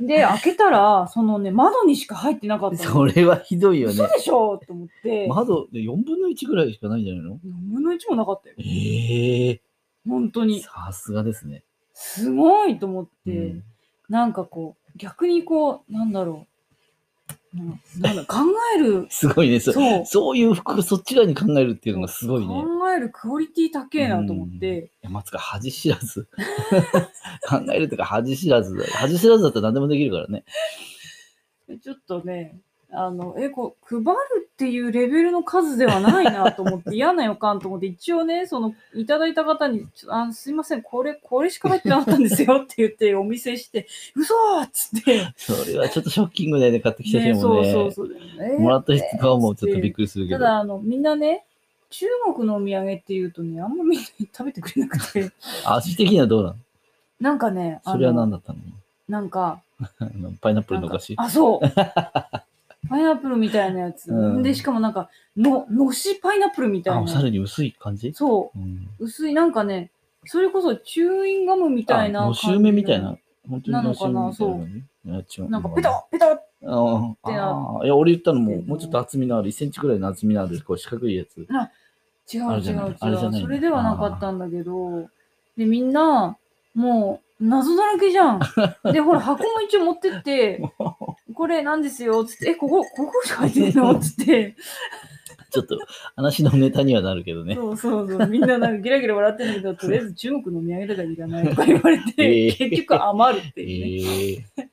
Speaker 2: で、開けたら、そのね、窓にしか入ってなかったの。
Speaker 1: それはひどいよ
Speaker 2: 嘘
Speaker 1: ね。
Speaker 2: でしょと思って、
Speaker 1: 窓で4分の1ぐらいしかないんじゃないの
Speaker 2: 4分の1もなかったよ。
Speaker 1: ええ
Speaker 2: 本当に。
Speaker 1: さすがですね。
Speaker 2: すごいと思って、
Speaker 1: うん。
Speaker 2: なんかこう、逆にこう、なんだろう。ななんだ、考える
Speaker 1: すごいね。そ
Speaker 2: そう。
Speaker 1: そういう服、そっち側に考えるっていうのがすごいね。
Speaker 2: 考えるクオリティ高えなと思って、
Speaker 1: いやまつか恥知らず。 考えるとか恥知らずだ。恥知らずだったら何でもできるからね。
Speaker 2: でちょっとね、あの、え、こう、配るっていうレベルの数ではないなと思 って、嫌な予感と思って、一応ね、その、いただいた方に、ちょあすいません、これ、これしか入ってなかったんですよって言って、お見せして、嘘ーっつ って、
Speaker 1: それはちょっとショッキングだよね、買ってきた人
Speaker 2: ね、そ
Speaker 1: も
Speaker 2: う
Speaker 1: ね。
Speaker 2: そうそう。えー
Speaker 1: もらった人顔もちょっとびっくりするけ
Speaker 2: た
Speaker 1: ど。
Speaker 2: だ、あの、みんなね、中国のお土産っていうとね、あんまみんな食べてくれなくて、
Speaker 1: 味的にはどうなの
Speaker 2: なんかね、あ
Speaker 1: それは
Speaker 2: の
Speaker 1: 何だったの
Speaker 2: なんか、
Speaker 1: あのパイナップルのお菓子
Speaker 2: なんか あ、そう。パイナップルみたいなやつ。
Speaker 1: うん
Speaker 2: で、しかもなんか、の、のしパイナップルみた
Speaker 1: あ、
Speaker 2: い
Speaker 1: もうさ
Speaker 2: な。
Speaker 1: らに薄い感じ
Speaker 2: そ
Speaker 1: うん。
Speaker 2: う。薄い、なんかね、それこそチューインガムみたいな
Speaker 1: あ
Speaker 2: 感
Speaker 1: の
Speaker 2: じ。
Speaker 1: しゅうめみたいな。。本当に
Speaker 2: なの
Speaker 1: のし
Speaker 2: か
Speaker 1: ゅうめ
Speaker 2: な
Speaker 1: みたいなのね。いや違う
Speaker 2: なんか、ペタッペタッ
Speaker 1: あ
Speaker 2: てな
Speaker 1: あー。いや、俺言ったのも、もうちょっと厚みのある、1センチくらいの厚みのある、こう四角いやつ。
Speaker 2: 違う
Speaker 1: あれじ
Speaker 2: 違
Speaker 1: ゃないうあれじゃ
Speaker 2: 違。
Speaker 1: ないう
Speaker 2: それではなかったんだけど、で、みんな、もう、謎だらけ じゃん。で、ほら、箱も一応持ってって、これなんですよ、つって、え、ここ、ここしか入ってんのつって、
Speaker 1: ちょっと話のネタにはなるけどね。
Speaker 2: そうそうそう、みんななんかギラギラ笑ってんだけ ど、とりあえず中国のお土産とかいらないとか言われ
Speaker 1: え
Speaker 2: て、
Speaker 1: ー
Speaker 2: 結局余るっていう ね、
Speaker 1: ええ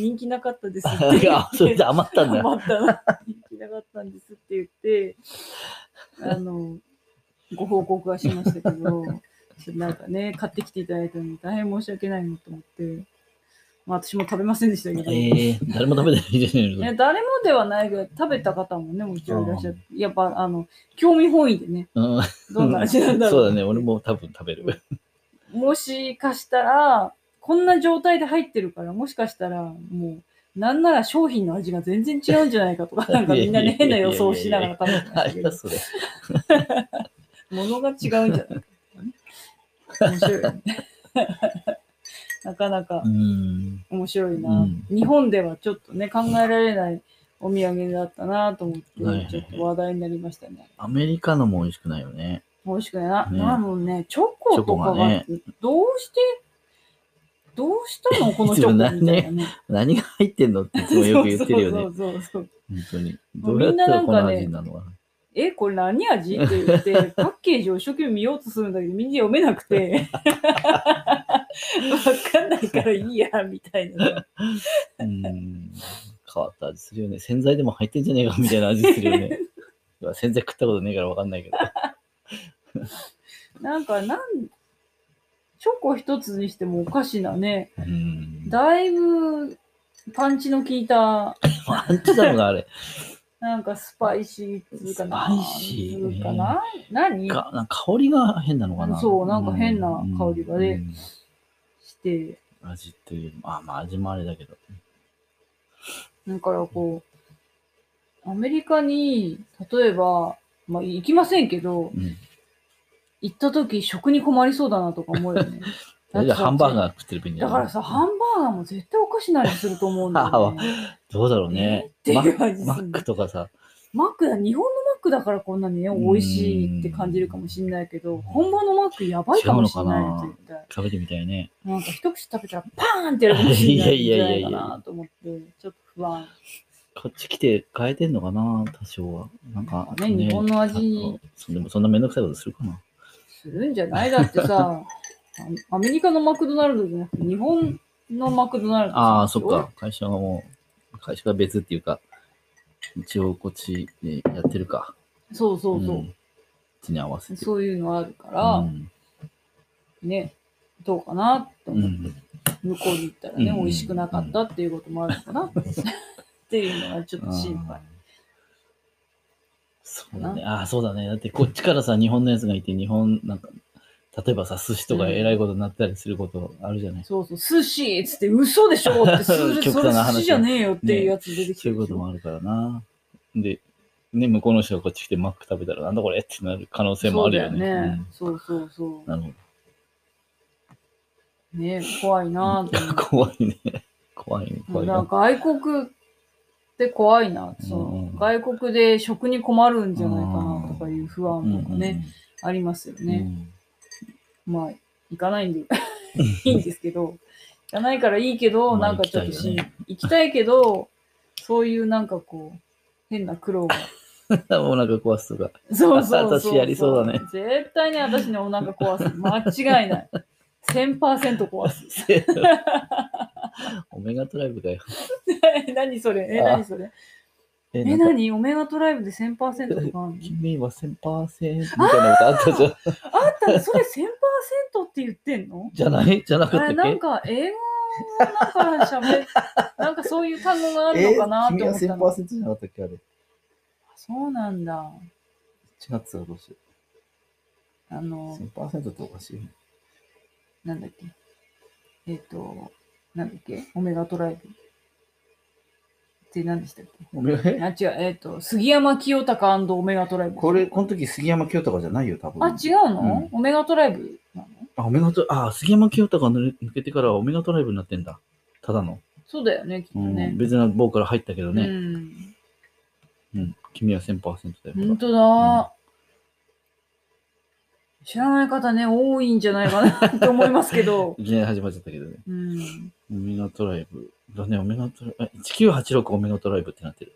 Speaker 2: 人気なかったですって言っ
Speaker 1: ー。
Speaker 2: て
Speaker 1: あ、それで余ったんだ。
Speaker 2: 余ったな人気なかったんですって言って、あの、ご報告はしました けど、ちょっとなんかね、買ってきていただいたのに大変申し訳ないなと思って、まあ私も食べませんでしたけど、
Speaker 1: ええー、誰も食べてないじゃない
Speaker 2: ね、
Speaker 1: の。
Speaker 2: 誰もではないが食べた方もね、もちろんいらっしゃって、やっぱあの、興味本位でね、
Speaker 1: うん、
Speaker 2: どんな味なんだろう。
Speaker 1: そうだね、俺も多分食べる。
Speaker 2: もしかしたら、こんな状態で入ってるから、もしかしたら、もう、なんなら商品の味が全然違うんじゃないか とか、なんかみんなね、変な予想をしながら食べてま
Speaker 1: あ
Speaker 2: したけ
Speaker 1: れだ、
Speaker 2: ど、
Speaker 1: それ。
Speaker 2: 物が違うんじゃないかとかね面白いよね。なかなか
Speaker 1: うん。
Speaker 2: 面白いな、
Speaker 1: うん
Speaker 2: 日本ではちょっとね、考えられないお土産だったなと思って
Speaker 1: はいはいは、い
Speaker 2: ちょっと話題になりましたね。
Speaker 1: アメリカのも美味しくないよね。
Speaker 2: 美味しくないな。
Speaker 1: ね
Speaker 2: なもんね、チョコ
Speaker 1: チ
Speaker 2: とか
Speaker 1: ョコが
Speaker 2: が
Speaker 1: ね、
Speaker 2: どうして、どうしたのこのチョコみたいなね。
Speaker 1: 何が入ってんのっていつもよく言ってるよね。
Speaker 2: そうそうそうそう
Speaker 1: 本当に。
Speaker 2: も
Speaker 1: ど
Speaker 2: う
Speaker 1: うや
Speaker 2: み
Speaker 1: っ
Speaker 2: んな
Speaker 1: た
Speaker 2: な
Speaker 1: ら
Speaker 2: ん
Speaker 1: こ
Speaker 2: かね
Speaker 1: の味になるのかな。
Speaker 2: え、これ何味って 言って、パッケージを一生懸命見ようとするんだけど、みんな読めなくて、 わかんないからいいや、みたいな。
Speaker 1: うん。変わった味するよね。洗剤でも入ってんじゃねえかみたいな味するよね。 いや洗剤食ったことねえからわかんないけど。
Speaker 2: なんか、なん、チョコ一つにしてもおかしなね、
Speaker 1: うん。
Speaker 2: だいぶパンチの効いた、
Speaker 1: アンチだもんな、あれ。
Speaker 2: なんかスパイシーっつうかな。
Speaker 1: スパイシー
Speaker 2: っつうかな。何
Speaker 1: かなんか香りが変なのかな。
Speaker 2: そうなんか変な香りがね
Speaker 1: うん
Speaker 2: して、
Speaker 1: 味っていうよりも、あ、まあ味もあれだけど。
Speaker 2: だからこう、アメリカに、例えば、まあ、行きませんけど、
Speaker 1: うん。
Speaker 2: 行った時食に困りそうだなとか思う よね。
Speaker 1: それじゃハンバー
Speaker 2: ー。
Speaker 1: ガー食ってる分に
Speaker 2: だ
Speaker 1: は
Speaker 2: からさ、ハンバーガーも絶対おかしな味すると思うんだよね。
Speaker 1: どうだろうね。
Speaker 2: えー
Speaker 1: マ
Speaker 2: っていう味する
Speaker 1: マックとかさ、
Speaker 2: マックだ、日本のマックだからこんなにね、美味しいって感じるかもしれないけど、本場のマックやばいかもしれない
Speaker 1: 違うの
Speaker 2: よ
Speaker 1: かな、
Speaker 2: 絶対。
Speaker 1: 食べてみたいね。
Speaker 2: なんか一口食べたらパーンってやるかもしれないんじゃないか
Speaker 1: いやいやいやい
Speaker 2: なと思って、ちょっと不安。
Speaker 1: こっち来て変えてんのかな、多少は。なんか、
Speaker 2: ね日本の味に
Speaker 1: そうでもそんなめんどくさいことするかな。
Speaker 2: するんじゃないだって さ、あアメリカのマクドナルドじゃなくて、日本のマクドナルドさ
Speaker 1: ああ、そっか。。会社がもう、会社が別っていうか、一応こっちでやってるか。
Speaker 2: そうそうそう。
Speaker 1: んこっちに合わせて。
Speaker 2: そういうのあるから、
Speaker 1: ん
Speaker 2: ね、どうかなって
Speaker 1: う
Speaker 2: 思って、
Speaker 1: ん。
Speaker 2: 向こうに行ったらね、
Speaker 1: うん
Speaker 2: 美味しくなかったっていうこともあるのかなっていうのがちょっと心配
Speaker 1: あー。そうだね。ああー、そうだね。だってこっちからさ、日本のやつがいて、日本、なんか、例えばさ、寿司とかえらいことになったりすることあるじゃない。
Speaker 2: そうそう、寿司っつって、嘘でしょって、それ、
Speaker 1: 極
Speaker 2: そ
Speaker 1: 端
Speaker 2: れ
Speaker 1: な話
Speaker 2: 寿司じゃねえよっていうやつ出てき
Speaker 1: そ
Speaker 2: て
Speaker 1: ういうこ
Speaker 2: るで
Speaker 1: と
Speaker 2: しょ
Speaker 1: もあるからな。で、ね、向こうの人がこっち来てマック食べたら、なんだこれってなる可能性もあるよね。
Speaker 2: そうだよね。そうそうそ
Speaker 1: うんなるほ
Speaker 2: う。ね、怖いなぁと思って
Speaker 1: ど。怖いね。怖いね。怖い
Speaker 2: な
Speaker 1: な。
Speaker 2: んか外国って怖いな、そ
Speaker 1: うんう
Speaker 2: の
Speaker 1: ん
Speaker 2: 外国で食に困るんじゃないかなとかいう不
Speaker 1: う
Speaker 2: 安とかね、ありますよ
Speaker 1: んうんうん
Speaker 2: ね。まあ、行かないんでいいんですけど、行かないからいいけど、
Speaker 1: ま
Speaker 2: な
Speaker 1: あ
Speaker 2: んかちょっとし
Speaker 1: 行きたいよ
Speaker 2: 行きたいけど、そういうなんかこう、変な苦労が
Speaker 1: お腹壊す とか。
Speaker 2: そうそうそう
Speaker 1: 私やりそうだね。
Speaker 2: 絶対ね、私ね、お腹壊す。間違いない。1000%壊す。
Speaker 1: オメガトライブかよ。
Speaker 2: 何それえ、
Speaker 1: あ
Speaker 2: 何それ
Speaker 1: え、
Speaker 2: え、
Speaker 1: なんか、
Speaker 2: 何オメガトライブで1000%とかあるの
Speaker 1: 君は1000%みたいなことあったじ ゃん。
Speaker 2: あったのそれ1000%って言ってんの
Speaker 1: じゃないじゃなか
Speaker 2: あ
Speaker 1: った
Speaker 2: れ
Speaker 1: っ
Speaker 2: なん
Speaker 1: け
Speaker 2: か英語なんかしゃべなんかそういう単語があるのかなと思った
Speaker 1: 君
Speaker 2: の
Speaker 1: は、1000%じゃなかったっけあれ。違
Speaker 2: そうなんだ
Speaker 1: ってたらどうしよ
Speaker 2: あ
Speaker 1: う。
Speaker 2: の
Speaker 1: 1000%っておかしいよね。
Speaker 2: なんだっけえっ、となんだっけオメガトライブって何でしたっけ
Speaker 1: オメガ、え
Speaker 2: あ違うえっ、と杉山清隆オメガトライブ
Speaker 1: これ、この時杉山清隆じゃないよ、多分。
Speaker 2: あ違うの、オメガトライブなの
Speaker 1: あ、オメガト、あ、杉山清隆が抜け抜けてからオメガトライブになってんだ。ただの。
Speaker 2: そうだよねきっと
Speaker 1: うん
Speaker 2: ね
Speaker 1: 別な棒から入ったけど
Speaker 2: う
Speaker 1: ね。
Speaker 2: ん
Speaker 1: うん。君は1000%だよ。
Speaker 2: 本当
Speaker 1: う
Speaker 2: だ。知らない方ね、多いんじゃないかなと思いますけど。
Speaker 1: いきなり始まっちゃったけどね。
Speaker 2: うん。
Speaker 1: オメガトライブ。だね、オメガトライブ。あ1986オメガトライブってなってる。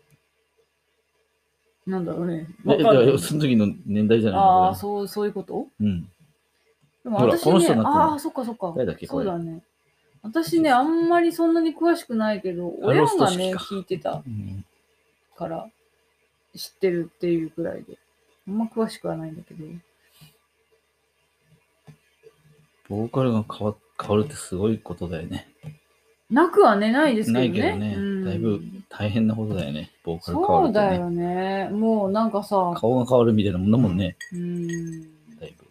Speaker 2: なんだろうね。
Speaker 1: え
Speaker 2: わかんない
Speaker 1: いやその時の年代じゃない
Speaker 2: ああ、
Speaker 1: の
Speaker 2: そう、そういうこと
Speaker 1: うん。
Speaker 2: でも
Speaker 1: ほら
Speaker 2: 私
Speaker 1: この人
Speaker 2: ね
Speaker 1: に、なってる
Speaker 2: ああ、そっかそっか
Speaker 1: 誰だっけ。こ
Speaker 2: そう
Speaker 1: れ
Speaker 2: だね。私ね、あんまりそんなに詳しくないけど、
Speaker 1: あロ
Speaker 2: 親
Speaker 1: スト
Speaker 2: が
Speaker 1: 式
Speaker 2: ね、
Speaker 1: か
Speaker 2: 聞いてた
Speaker 1: うん。
Speaker 2: から知ってるっていうくらいで。あんま詳しくはないんだけど。
Speaker 1: ボーカルが変わ変わるってすごいことだよね。
Speaker 2: なくはね、ないですけ
Speaker 1: な
Speaker 2: どね。
Speaker 1: いけどね
Speaker 2: うん
Speaker 1: だいぶ大変なことだよね。ボーカル変わる
Speaker 2: そ
Speaker 1: っ
Speaker 2: う
Speaker 1: て、ね。
Speaker 2: だよね。もうなんかさ、
Speaker 1: 顔が変わるみたいなもんだもんね。
Speaker 2: うん。
Speaker 1: だいぶ。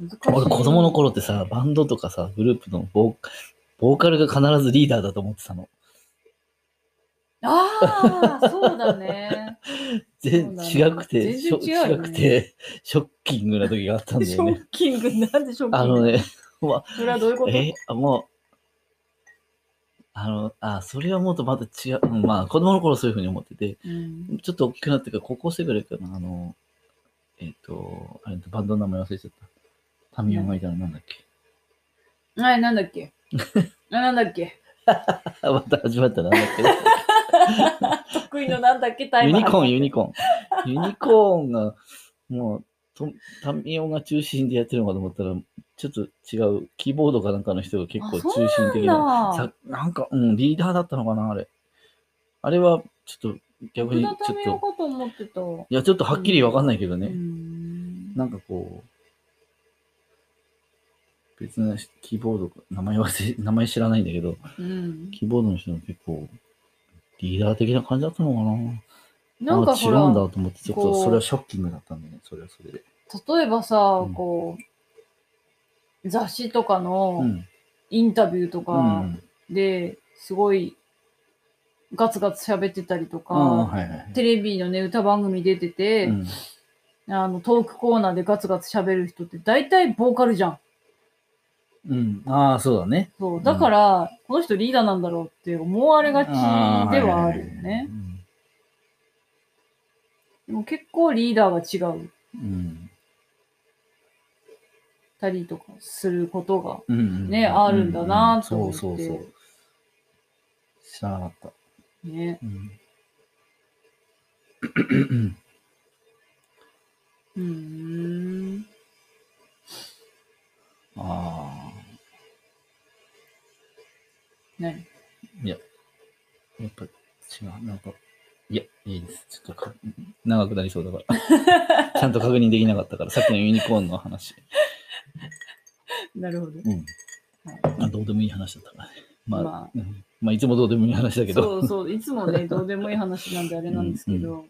Speaker 2: 難しい
Speaker 1: 俺子供の頃ってさ、バンドとかさ、グループのボーボーカルが必ずリーダーだと思ってたの。
Speaker 2: ああ、そうだね。
Speaker 1: 全
Speaker 2: そうだ
Speaker 1: 然
Speaker 2: ね
Speaker 1: 違くて、
Speaker 2: 全然違う
Speaker 1: しょ違
Speaker 2: よね
Speaker 1: くて、ショッキングな時があったんだ
Speaker 2: シ
Speaker 1: よ
Speaker 2: ョ
Speaker 1: ね。
Speaker 2: ッキング、なんでショッキング
Speaker 1: あのね、
Speaker 2: それはどういうこと
Speaker 1: え、あもう、あの、あ、それはもっとまた違う。うんまあ、子供の頃そういうふうに思ってて、
Speaker 2: うん
Speaker 1: ちょっと大きくなってから、高校生ぐらいかな、あの、えっ、と、あれバンドの名前忘れちゃった。タミヤがいたのなんだっけ。
Speaker 2: はい、なんだっけあなんだっけ
Speaker 1: あ、また始まったな、なんだっけ。
Speaker 2: 得意のなんだっけタイ
Speaker 1: ユ
Speaker 2: マー
Speaker 1: ニコーン、
Speaker 2: 測って
Speaker 1: ユニコーン。ユニコーンが、もう、とタミオが中心でやってるのかと思ったら、ちょっと違う、キーボードかなんかの人が結構
Speaker 2: あそう
Speaker 1: 中心的な。
Speaker 2: なんだ
Speaker 1: さなんか、うん、リーダーだったのかな、あれ。あれは、ちょっと、逆
Speaker 2: 福
Speaker 1: に、
Speaker 2: 田
Speaker 1: ちょ
Speaker 2: 民生
Speaker 1: っと、
Speaker 2: かと思ってた。う
Speaker 1: いや、ちょっとはっきりわかんないけど
Speaker 2: ー
Speaker 1: ね。
Speaker 2: ん
Speaker 1: なんかこう、別なしキーボードか、名前忘れ、名前知らないんだけど、
Speaker 2: うん
Speaker 1: キーボードの人が結構、リーダー的な感じだったのかな。
Speaker 2: なんか
Speaker 1: あ違
Speaker 2: ほ
Speaker 1: うんだ
Speaker 2: ら、
Speaker 1: と思って、ちょっ
Speaker 2: ことう
Speaker 1: それはショッキングだったんだね、それはそれで。
Speaker 2: 例えばさ
Speaker 1: う、ん
Speaker 2: こう、雑誌とか
Speaker 1: う
Speaker 2: の
Speaker 1: ん。
Speaker 2: インタビューと
Speaker 1: う
Speaker 2: か
Speaker 1: ん。
Speaker 2: ですごいガツガツ喋ってたりと
Speaker 1: あ
Speaker 2: か、
Speaker 1: あ、はいはい。
Speaker 2: テレビのね、歌番組出てて、
Speaker 1: うん
Speaker 2: あの、トークコーナーでガツガツ喋る人って大体ボーカルじゃん。
Speaker 1: うん。ああ、そうだね。
Speaker 2: そうう。
Speaker 1: ん
Speaker 2: だから、この人リーダーなんだろうって思われがちで
Speaker 1: あー
Speaker 2: はあるよ
Speaker 1: はいはいはい
Speaker 2: ね。でも結構リーダーが違う
Speaker 1: うん。
Speaker 2: たりとかすることが。
Speaker 1: うんうん。
Speaker 2: ねあるんだなと思って
Speaker 1: そうそうそう。知らなかった。
Speaker 2: ね。
Speaker 1: うん。
Speaker 2: うーん。
Speaker 1: あ
Speaker 2: 何
Speaker 1: あ、やっぱ違う。なんか、いや、いいです。ちょっとか長くなりそうだ から。ちゃんと確認できなかったから、さっきのユニコーンの話。
Speaker 2: なるほど。
Speaker 1: うん。あどうでもいい話だったからね。まあ、
Speaker 2: まあ
Speaker 1: うんまあ、いつもどうでもいい話だけど。
Speaker 2: そうそう。いつも ね、どうでもいい話なんであれなんですけど。も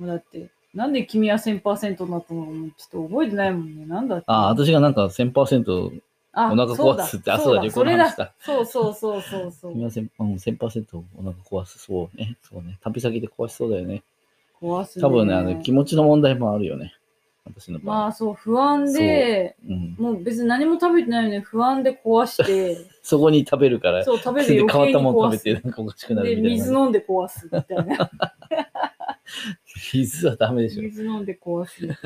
Speaker 2: うだって、なんで君は1000%になったのかもうちょっと覚えてないもんね。なんだって。
Speaker 1: ああ、私がなんか1000%お
Speaker 2: あ
Speaker 1: 腹壊すって、あ、そうだ、旅行の話だ。
Speaker 2: そうそうそうそうそう
Speaker 1: 君。は1000%うん1000%お腹壊す。そうね。そうね。旅先で壊しそうだよね。
Speaker 2: 壊す、ね。
Speaker 1: 多分ね、あの気持ちの問題もあるよね。私の場合。
Speaker 2: まあそう、不安で、
Speaker 1: うん、
Speaker 2: もう別に何も食べてないのに不安で壊 して、
Speaker 1: そこに食べるから、
Speaker 2: そう、食べ
Speaker 1: それ
Speaker 2: る
Speaker 1: で変わっ
Speaker 2: 余計に
Speaker 1: たもん
Speaker 2: 壊
Speaker 1: 食
Speaker 2: す。
Speaker 1: べて、なんかおかしくな
Speaker 2: で、
Speaker 1: るみたいな。
Speaker 2: 水飲んで壊すみたいな。
Speaker 1: 水はダメでしょ。
Speaker 2: 水飲んで壊す。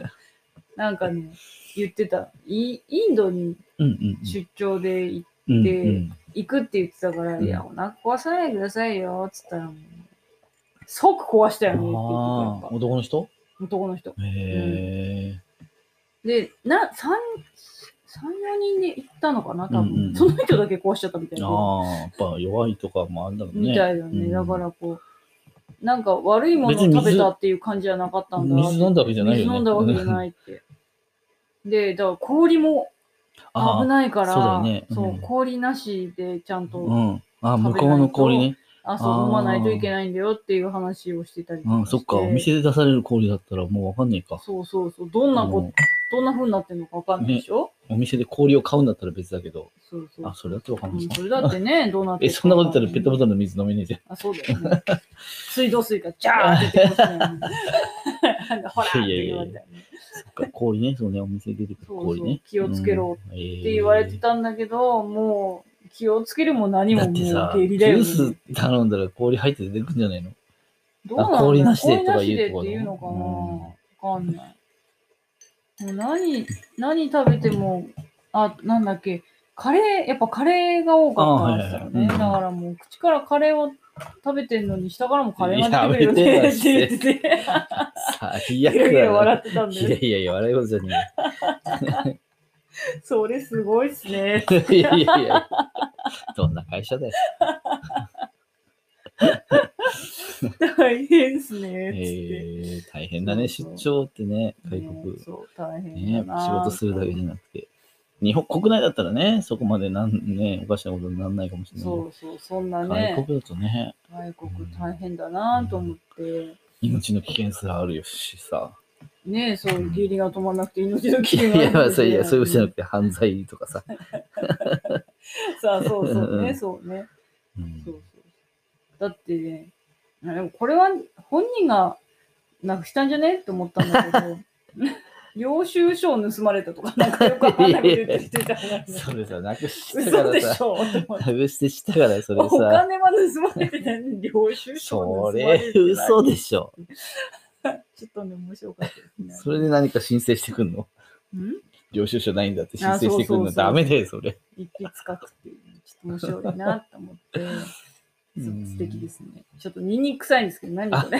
Speaker 2: なんかね、言ってた。イインドに
Speaker 1: うんうん
Speaker 2: 出張で行
Speaker 1: うん。うん
Speaker 2: で行くって言ってたから、
Speaker 1: うん
Speaker 2: いや、お腹壊さないでくださいよ、つったらもう、即壊したよ
Speaker 1: あ
Speaker 2: ねって言って
Speaker 1: あ
Speaker 2: た
Speaker 1: ー、
Speaker 2: やっ
Speaker 1: 男の人
Speaker 2: ぱ男の人。
Speaker 1: へえ。
Speaker 2: で、な、三、三、四人で行ったのかな、多分。
Speaker 1: うんうん
Speaker 2: その人だけ壊しちゃったみたいな。
Speaker 1: ああ、やっぱ弱いとかもあるんだろうね。
Speaker 2: みたいよね。
Speaker 1: うん
Speaker 2: だからこう、なんか悪いものを
Speaker 1: 別に
Speaker 2: 食
Speaker 1: 水
Speaker 2: べたっていう感じじゃなかったんだなって
Speaker 1: 水飲んだわけじゃないよね。
Speaker 2: 水飲んだわけじゃ
Speaker 1: い。
Speaker 2: ないって。で、だから氷も
Speaker 1: あ
Speaker 2: 危ないから、
Speaker 1: そうだよねうん
Speaker 2: そう氷なしでちゃんと、
Speaker 1: あ、うん。ああ、向こうの氷ね。
Speaker 2: あ、そう、飲まないといけないんだよっていう話をしてたりと
Speaker 1: うん、
Speaker 2: かして。
Speaker 1: そっか。お店で出される氷だったらもうわかんないか。
Speaker 2: そうそうそう。どんなこ、どんな風になってるのかわかんないでしょ、
Speaker 1: うんお店で氷を買うんだったら別だけど。
Speaker 2: そうそう。
Speaker 1: あ、それだってわかん
Speaker 2: う
Speaker 1: ない
Speaker 2: ん。それだってね、どうなって
Speaker 1: え、
Speaker 2: るか
Speaker 1: そんなこと言ったらペットボトルの水飲めねえじゃん。
Speaker 2: あ、そうだよね。水道水がジャーって出てますね。なんかほらーって言われたよね。
Speaker 1: そっか、氷ね。そうね、お店で出てくる氷ね。
Speaker 2: そうそう気をつけろ
Speaker 1: うん。っ
Speaker 2: って言われてたんだけど、もう気をつけるも何
Speaker 1: だ
Speaker 2: も
Speaker 1: っ
Speaker 2: もう
Speaker 1: てさ、ジ
Speaker 2: 下痢だ
Speaker 1: ュ
Speaker 2: よ
Speaker 1: ー
Speaker 2: ね。
Speaker 1: ス頼んだら氷入って出てくんじゃないの
Speaker 2: どうなんだ
Speaker 1: あ
Speaker 2: ろう
Speaker 1: 氷なしでとか
Speaker 2: 氷なし
Speaker 1: 言
Speaker 2: で
Speaker 1: うと
Speaker 2: っ
Speaker 1: こ
Speaker 2: て
Speaker 1: だ
Speaker 2: 言
Speaker 1: よ
Speaker 2: うのかなわかんない。もう何、何食べても、あ、なんだっけ、カレー、やっぱカレーが多かったんですよ
Speaker 1: あはいはい
Speaker 2: ね。
Speaker 1: はいうん
Speaker 2: だからもう口からカレーを食べてるのに、下からもカレーが出てくる
Speaker 1: や
Speaker 2: よ
Speaker 1: め
Speaker 2: ね
Speaker 1: て
Speaker 2: って 言ってて、
Speaker 1: 最
Speaker 2: ゲ
Speaker 1: 悪
Speaker 2: ラ
Speaker 1: だ
Speaker 2: ゲラ笑
Speaker 1: よ。
Speaker 2: ってたん
Speaker 1: い
Speaker 2: だ
Speaker 1: や
Speaker 2: よね。
Speaker 1: いやいや、笑い事じゃねえよ。
Speaker 2: それすごいっすね。
Speaker 1: いやいやいや、どんな会社だよ。
Speaker 2: 大変っす
Speaker 1: え
Speaker 2: ね。つって。
Speaker 1: ー、大変だね、
Speaker 2: そ
Speaker 1: 出
Speaker 2: うそう
Speaker 1: 張ってね、外
Speaker 2: ね
Speaker 1: 国。
Speaker 2: そう、大変
Speaker 1: ね
Speaker 2: だ、な。
Speaker 1: 仕事するだけじゃなくて。日本国内だったらね、そこまでなん、ね、おかしなことにならないかもしれない
Speaker 2: そうそう、そんな
Speaker 1: けど。
Speaker 2: ね
Speaker 1: 外。国だとね、
Speaker 2: 外国大変だなと思って、
Speaker 1: 命の危険すらあるよしさ。
Speaker 2: ねえ、そうう、
Speaker 1: ん
Speaker 2: 義理が止まらなくて命の危
Speaker 1: い
Speaker 2: 険
Speaker 1: や、まあそういや、
Speaker 2: や
Speaker 1: そういうことじゃな
Speaker 2: く
Speaker 1: くて犯罪とかさ。
Speaker 2: て。さあ、そうそう
Speaker 1: う
Speaker 2: ね、
Speaker 1: ん
Speaker 2: そうね。
Speaker 1: うん
Speaker 2: そうそう。だってね、あでもこれは本人がなくしたんじゃねって思ったん だけど、領収書を盗まれたとか、なんかよくわかんないこと言ってきてたからね。
Speaker 1: それさ、なくしてか
Speaker 2: 嘘で
Speaker 1: ら
Speaker 2: し
Speaker 1: さ、
Speaker 2: ょって思って
Speaker 1: なくしてしたからそれ
Speaker 2: お
Speaker 1: さ、
Speaker 2: 金は盗まれてないのに領収書
Speaker 1: そ
Speaker 2: を盗まれ
Speaker 1: れ
Speaker 2: てない。
Speaker 1: 嘘でしょ。
Speaker 2: ちょっとね、面白かったです
Speaker 1: それで何か申請してくんの
Speaker 2: ね。ん
Speaker 1: 領収書ないんだって申
Speaker 2: あ
Speaker 1: 請してくる
Speaker 2: そうそうそ
Speaker 1: の
Speaker 2: う
Speaker 1: ダメだよ、それ。
Speaker 2: 一筆書くっていうのちょっと面白いなと思って、
Speaker 1: う
Speaker 2: そうん素敵ですね。ちょっとニンニク臭いんですけど、何これ。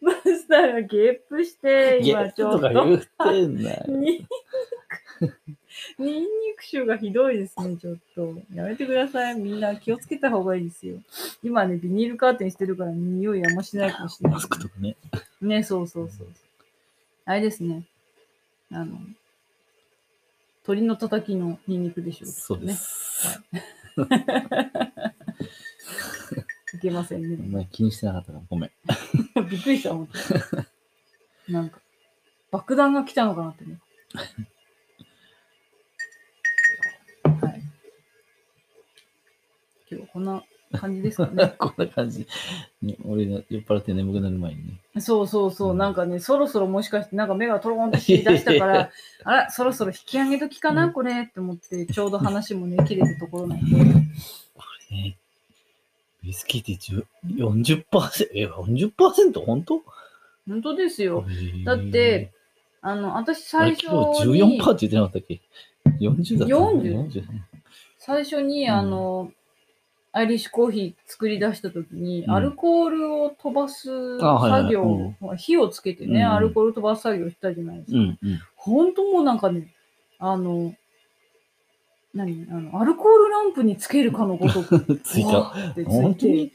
Speaker 2: マスターがゲップして、
Speaker 1: ゲ
Speaker 2: 今
Speaker 1: ッ
Speaker 2: ち
Speaker 1: ト
Speaker 2: ょ
Speaker 1: と
Speaker 2: っ
Speaker 1: か言
Speaker 2: と。
Speaker 1: ってんなよ。
Speaker 2: ニンニ ク、ニンニク臭がひどいですね、ちょっと。やめてください。みんな気をつけた方がいいですよ。今ね、ビニールカーテンしてるから匂いあんましないかもしれな
Speaker 1: マ
Speaker 2: い
Speaker 1: ス。クとかね。
Speaker 2: ね、そうそうそう。あれですね。あの、鳥のたたきのニンニクでしょ
Speaker 1: そうで
Speaker 2: ね。
Speaker 1: す。
Speaker 2: いけません
Speaker 1: お
Speaker 2: ね。
Speaker 1: 前気にしてなかったからごめん。
Speaker 2: びっくりした、本当になんか、爆弾が来たのかなってね。はい。今日こんな感じですかね。
Speaker 1: こんな感じ。ね、俺が酔っ払って眠くなる前にね。
Speaker 2: そうそうそう、なんかね、そろそろもしかして、なんか目がトローンってし出した から、あら、そろそろ引き上げ時かな、これって思って、ちょうど話もね、切れるところなんで。
Speaker 1: ねウイスキーって10 40%? え、40%? 本当
Speaker 2: 本当ですよ。だって、あの、私
Speaker 1: あ
Speaker 2: 最
Speaker 1: れ
Speaker 2: 初
Speaker 1: 今日
Speaker 2: に、
Speaker 1: 14%って言ってなかったっけ ?40 だったの
Speaker 2: 40?
Speaker 1: 40
Speaker 2: 最初に、
Speaker 1: うん
Speaker 2: あの、アイリッシュコーヒー作り出した時に、
Speaker 1: うん
Speaker 2: アルコールを飛ばす
Speaker 1: あはいはい
Speaker 2: 作業、火をつけてね、
Speaker 1: うん
Speaker 2: アルコール飛ばす作業したじゃないです
Speaker 1: う
Speaker 2: か。
Speaker 1: んうん。
Speaker 2: ほんともうなんかね、あの、何あの、アルコールランプにつけるかのごとく、
Speaker 1: ついた。
Speaker 2: わーってつ
Speaker 1: 本
Speaker 2: い
Speaker 1: 当に
Speaker 2: て、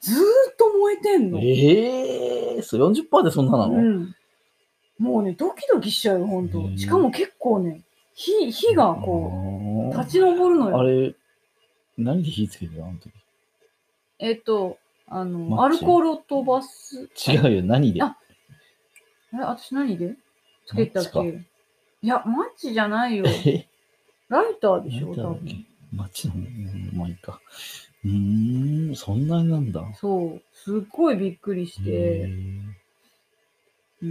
Speaker 2: ずーっと燃えてんの。
Speaker 1: ええー、そう40%でそんななの、
Speaker 2: うん、もうね、ドキドキしちゃうよ、ほん
Speaker 1: う
Speaker 2: と。
Speaker 1: ん
Speaker 2: しかも結構ね、火、火がこう、
Speaker 1: あー
Speaker 2: 立ち上るのよ。
Speaker 1: あれ、何で火つけてたあの時。
Speaker 2: えっ、と、あ
Speaker 1: マッ
Speaker 2: の、
Speaker 1: チ
Speaker 2: アルコールを飛ばす。
Speaker 1: 違うよ、何で。
Speaker 2: あえ、私何でつけたっ
Speaker 1: マ
Speaker 2: けいや、マッチじゃない よ。
Speaker 1: え
Speaker 2: ライターでしょ、
Speaker 1: 何
Speaker 2: 多
Speaker 1: だろうっけ
Speaker 2: 分。
Speaker 1: マッチの、うんまあいいか。うーん、そんなになんだ。
Speaker 2: そう。すっごいびっくりし
Speaker 1: へ
Speaker 2: て。
Speaker 1: ー
Speaker 2: う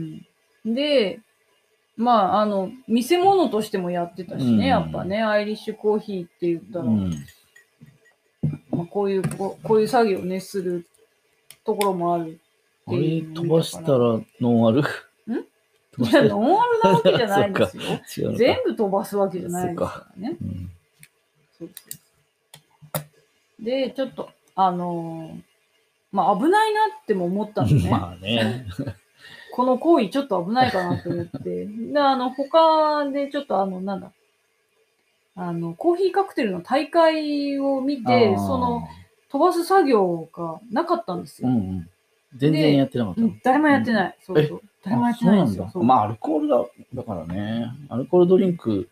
Speaker 2: ん、で、まあ、あの、見せ物としてもやってたしね、
Speaker 1: うん
Speaker 2: やっぱね、アイリッシュコーヒーって言った
Speaker 1: う
Speaker 2: ら、
Speaker 1: ん。
Speaker 2: まあ、こういうこう、こういう作業をね、するところもある。
Speaker 1: あれ、飛ばしたらノンアルん飛ば
Speaker 2: い
Speaker 1: した
Speaker 2: や、
Speaker 1: ら
Speaker 2: ノンアルなわけじゃない んです
Speaker 1: 違うの
Speaker 2: よ。
Speaker 1: か。
Speaker 2: 全部飛ばすわけじゃないですからね。
Speaker 1: うん
Speaker 2: そうそうそうで、ちょっと、あのーまあ危ないなっても思ったの ね。
Speaker 1: まあね。
Speaker 2: この行為ちょっと危ないかなと思 って。で、あの、他でちょっとあの、なんだ。あの、コーヒーカクテルの大会を見て、
Speaker 1: あー
Speaker 2: その、、飛ばす作業がなかったんです
Speaker 1: う
Speaker 2: よ。
Speaker 1: んうん。全然やってなかった
Speaker 2: う
Speaker 1: の
Speaker 2: ん、誰もやってない。そうそう。誰もやってないんです
Speaker 1: あ
Speaker 2: よ。
Speaker 1: そ
Speaker 2: そ
Speaker 1: な
Speaker 2: う
Speaker 1: んだ。まあ、アルコールだ、だからね。アルコールドリンク、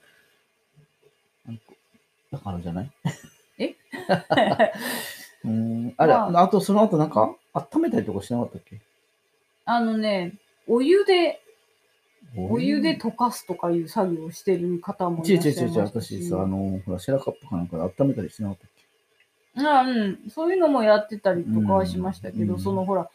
Speaker 1: アルコだからじゃない
Speaker 2: え
Speaker 1: うーん。あれ、
Speaker 2: ま
Speaker 1: あとその後なんか、温めたりとかしなかったっけ
Speaker 2: あのね、お湯で、お湯で溶かすとかいう作業をしてる方もい
Speaker 1: 違う
Speaker 2: らっし
Speaker 1: 違
Speaker 2: ゃ
Speaker 1: う
Speaker 2: いま
Speaker 1: 違う違
Speaker 2: し
Speaker 1: う、
Speaker 2: たし
Speaker 1: 私さ、あの、ほら、シェラカップかなんかで温めたりしなかったっけ
Speaker 2: あうん、そういうのもやってたりとかはしましたけど、
Speaker 1: うん
Speaker 2: そのほら、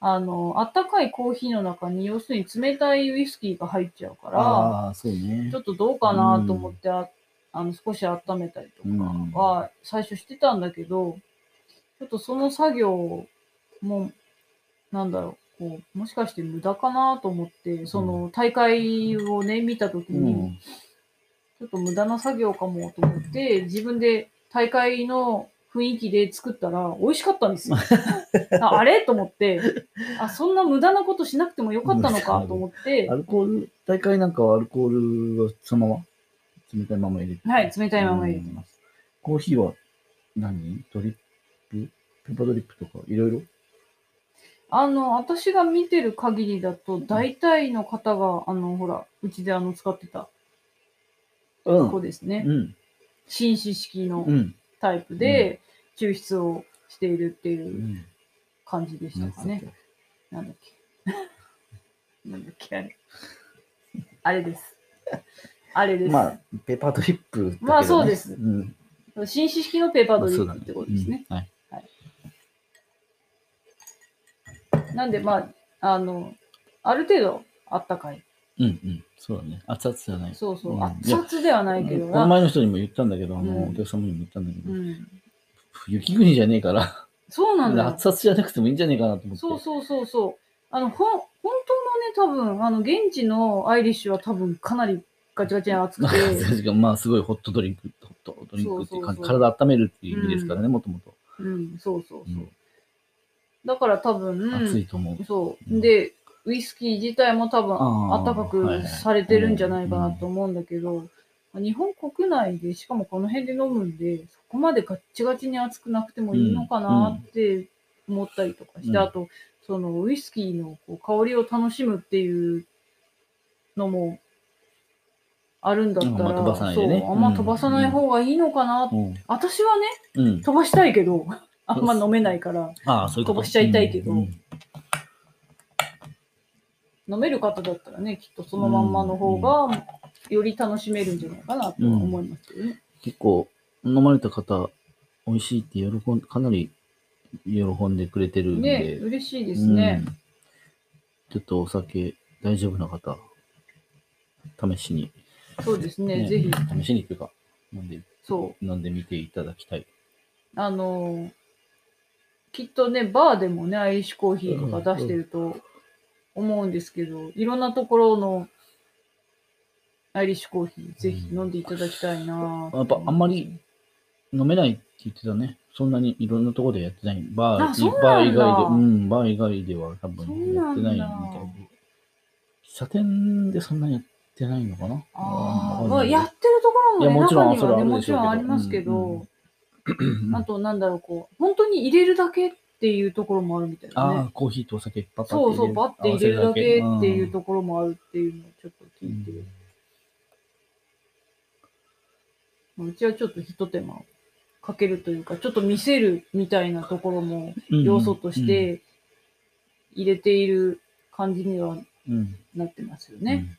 Speaker 2: あの、あったかいコーヒーの中に、要するに冷たいウイスキーが入っちゃうから、
Speaker 1: ああー、そうね
Speaker 2: ちょ。っとどうかなと思ってあ、あの、少し温めたりと
Speaker 1: うん
Speaker 2: かは、最初してたんだけど、ちょっとその作業も、なんだろう、こう、もしかして無駄かなと思って、その大会をね、見たとき
Speaker 1: う
Speaker 2: に、
Speaker 1: ん。
Speaker 2: ちょっと無駄な作業かもと思って、自分で大会の雰囲気で作ったら美味しかったんですよ。ああれと思って、あ、そんな無駄なことしなくてもよかったのかと思って
Speaker 1: ア、ルコール、大会なんかはアルコールをそのまま冷たいまま入れて。
Speaker 2: はい、冷たいまま入れてます。
Speaker 1: す。コーヒーは何ドリップペッパードリップとかいろいろ
Speaker 2: あの、私が見てる限りだと、大体の方が、あの、ほら、うちであの、使ってた
Speaker 1: う
Speaker 2: 子ですね。
Speaker 1: うん。
Speaker 2: 紳士式の
Speaker 1: うん。
Speaker 2: タイプで、抽出をしているっていう感じでしたかね。なんだっけ。 なんだっけ、あれ。あれです。あれです。
Speaker 1: まあ、ペーパードリップだけどね
Speaker 2: まあそうです
Speaker 1: うん。
Speaker 2: 紳士式のペーパードリ
Speaker 1: まあ
Speaker 2: ップってことですね。。
Speaker 1: そうだはい。
Speaker 2: なんで、まあ、あの、ある程度、あったかい。
Speaker 1: うんうん。そうだね。熱々じゃない。
Speaker 2: そうそうう。
Speaker 1: ん
Speaker 2: 熱々ではないけど
Speaker 1: この
Speaker 2: な。
Speaker 1: 前の人にも言ったんだけど、あ
Speaker 2: う
Speaker 1: の、
Speaker 2: ん
Speaker 1: お客様にも言ったんだけ
Speaker 2: う
Speaker 1: ど、
Speaker 2: ん。
Speaker 1: 雪国じゃねえから、
Speaker 2: そうなんだよ。
Speaker 1: 熱々じゃなくてもいいんじゃねえかなと思って。
Speaker 2: そうそうそうそう。あの、ほん、本当のね、多分、あの、現地のアイリッシュは多分、かなりガチガチ に熱く
Speaker 1: なん
Speaker 2: て
Speaker 1: か、確かにまあすごいホットドリンク、ホットドリンクっていう感じ、
Speaker 2: そうそうそう
Speaker 1: 体温めるっていう意味ですからね、もともと。
Speaker 2: うん、そうそう
Speaker 1: う
Speaker 2: そ
Speaker 1: ん
Speaker 2: う。だから多分、
Speaker 1: 暑いと思う。
Speaker 2: そう。で、ウイスキー自体も多分
Speaker 1: あ
Speaker 2: あ
Speaker 1: ー
Speaker 2: ったかくされてるんじゃないかなと思うんだけど、日本国内で、しかもこの辺で飲むんで、そこまでガッチガチに熱くなくてもいいのかなって思ったりとかして、
Speaker 1: うん
Speaker 2: あと、そのウイスキーのこう香りを楽しむっていうのもあるんだった
Speaker 1: うんあんま飛ばさな
Speaker 2: ら、
Speaker 1: いで
Speaker 2: そ
Speaker 1: ね
Speaker 2: う、あんま飛ばさない方がいいのかな。
Speaker 1: うん。
Speaker 2: 私はね、
Speaker 1: うん。
Speaker 2: 飛ばしたい けど、あんま飲めないから、
Speaker 1: ああ、そういうこと
Speaker 2: 飛ばしちゃいたいけど
Speaker 1: うんうん
Speaker 2: 飲める方だったらね、きっとそのまんまの方が、より楽しめるんじゃないかなとは思いますけどね。
Speaker 1: 結構、飲まれた方、美味しいって喜ん、かなり喜んでくれてるんで。
Speaker 2: ね、嬉しいですね。
Speaker 1: うんちょっとお酒大丈夫な方、試しに、
Speaker 2: そうですね、
Speaker 1: ね
Speaker 2: ぜひ、
Speaker 1: 試しにというか、飲んで、
Speaker 2: そう
Speaker 1: 飲んでみていただきたい。
Speaker 2: あのーきっとね、バーでもね、アイリッシュコーヒーとか出してると思うんですけど、いろんなところのアイリッシュコーヒー、ぜひ飲んでいただきたいなぁ
Speaker 1: やっぱあんまり飲めないって言ってたね。そんなにいろんなところでやってない。バー、
Speaker 2: あそうな
Speaker 1: バー以外
Speaker 2: んだ
Speaker 1: で、うん、バー以外では多
Speaker 2: そ
Speaker 1: 分
Speaker 2: う
Speaker 1: や
Speaker 2: な
Speaker 1: って
Speaker 2: ん
Speaker 1: ない
Speaker 2: だ
Speaker 1: みたいで。喫茶店でそんなにやってないのかな
Speaker 2: あー
Speaker 1: うん
Speaker 2: ま
Speaker 1: わかん
Speaker 2: あ、
Speaker 1: ない
Speaker 2: やってるところも,、ね、
Speaker 1: いやもちろん
Speaker 2: 中にはね、もち
Speaker 1: それ
Speaker 2: ろん
Speaker 1: は
Speaker 2: あ
Speaker 1: ある
Speaker 2: り
Speaker 1: でしょうけど
Speaker 2: ますけど、
Speaker 1: うん
Speaker 2: あと、なんだろう、こう、本当に入れるだけっていうところもあるみたい
Speaker 1: あ
Speaker 2: な
Speaker 1: あ
Speaker 2: ね。
Speaker 1: コーヒーとお酒パッパ
Speaker 2: そうそう、バッて入れるだけっていう
Speaker 1: と、
Speaker 2: ところもあるっていうのをちょっと
Speaker 1: う
Speaker 2: 聞い
Speaker 1: ん
Speaker 2: て、ううちはちょっとひと手間かけるというか、ちょっと見せるみたいなところも要素とし、て入れている感じには
Speaker 1: うんうん
Speaker 2: なってますよ
Speaker 1: うん
Speaker 2: ね。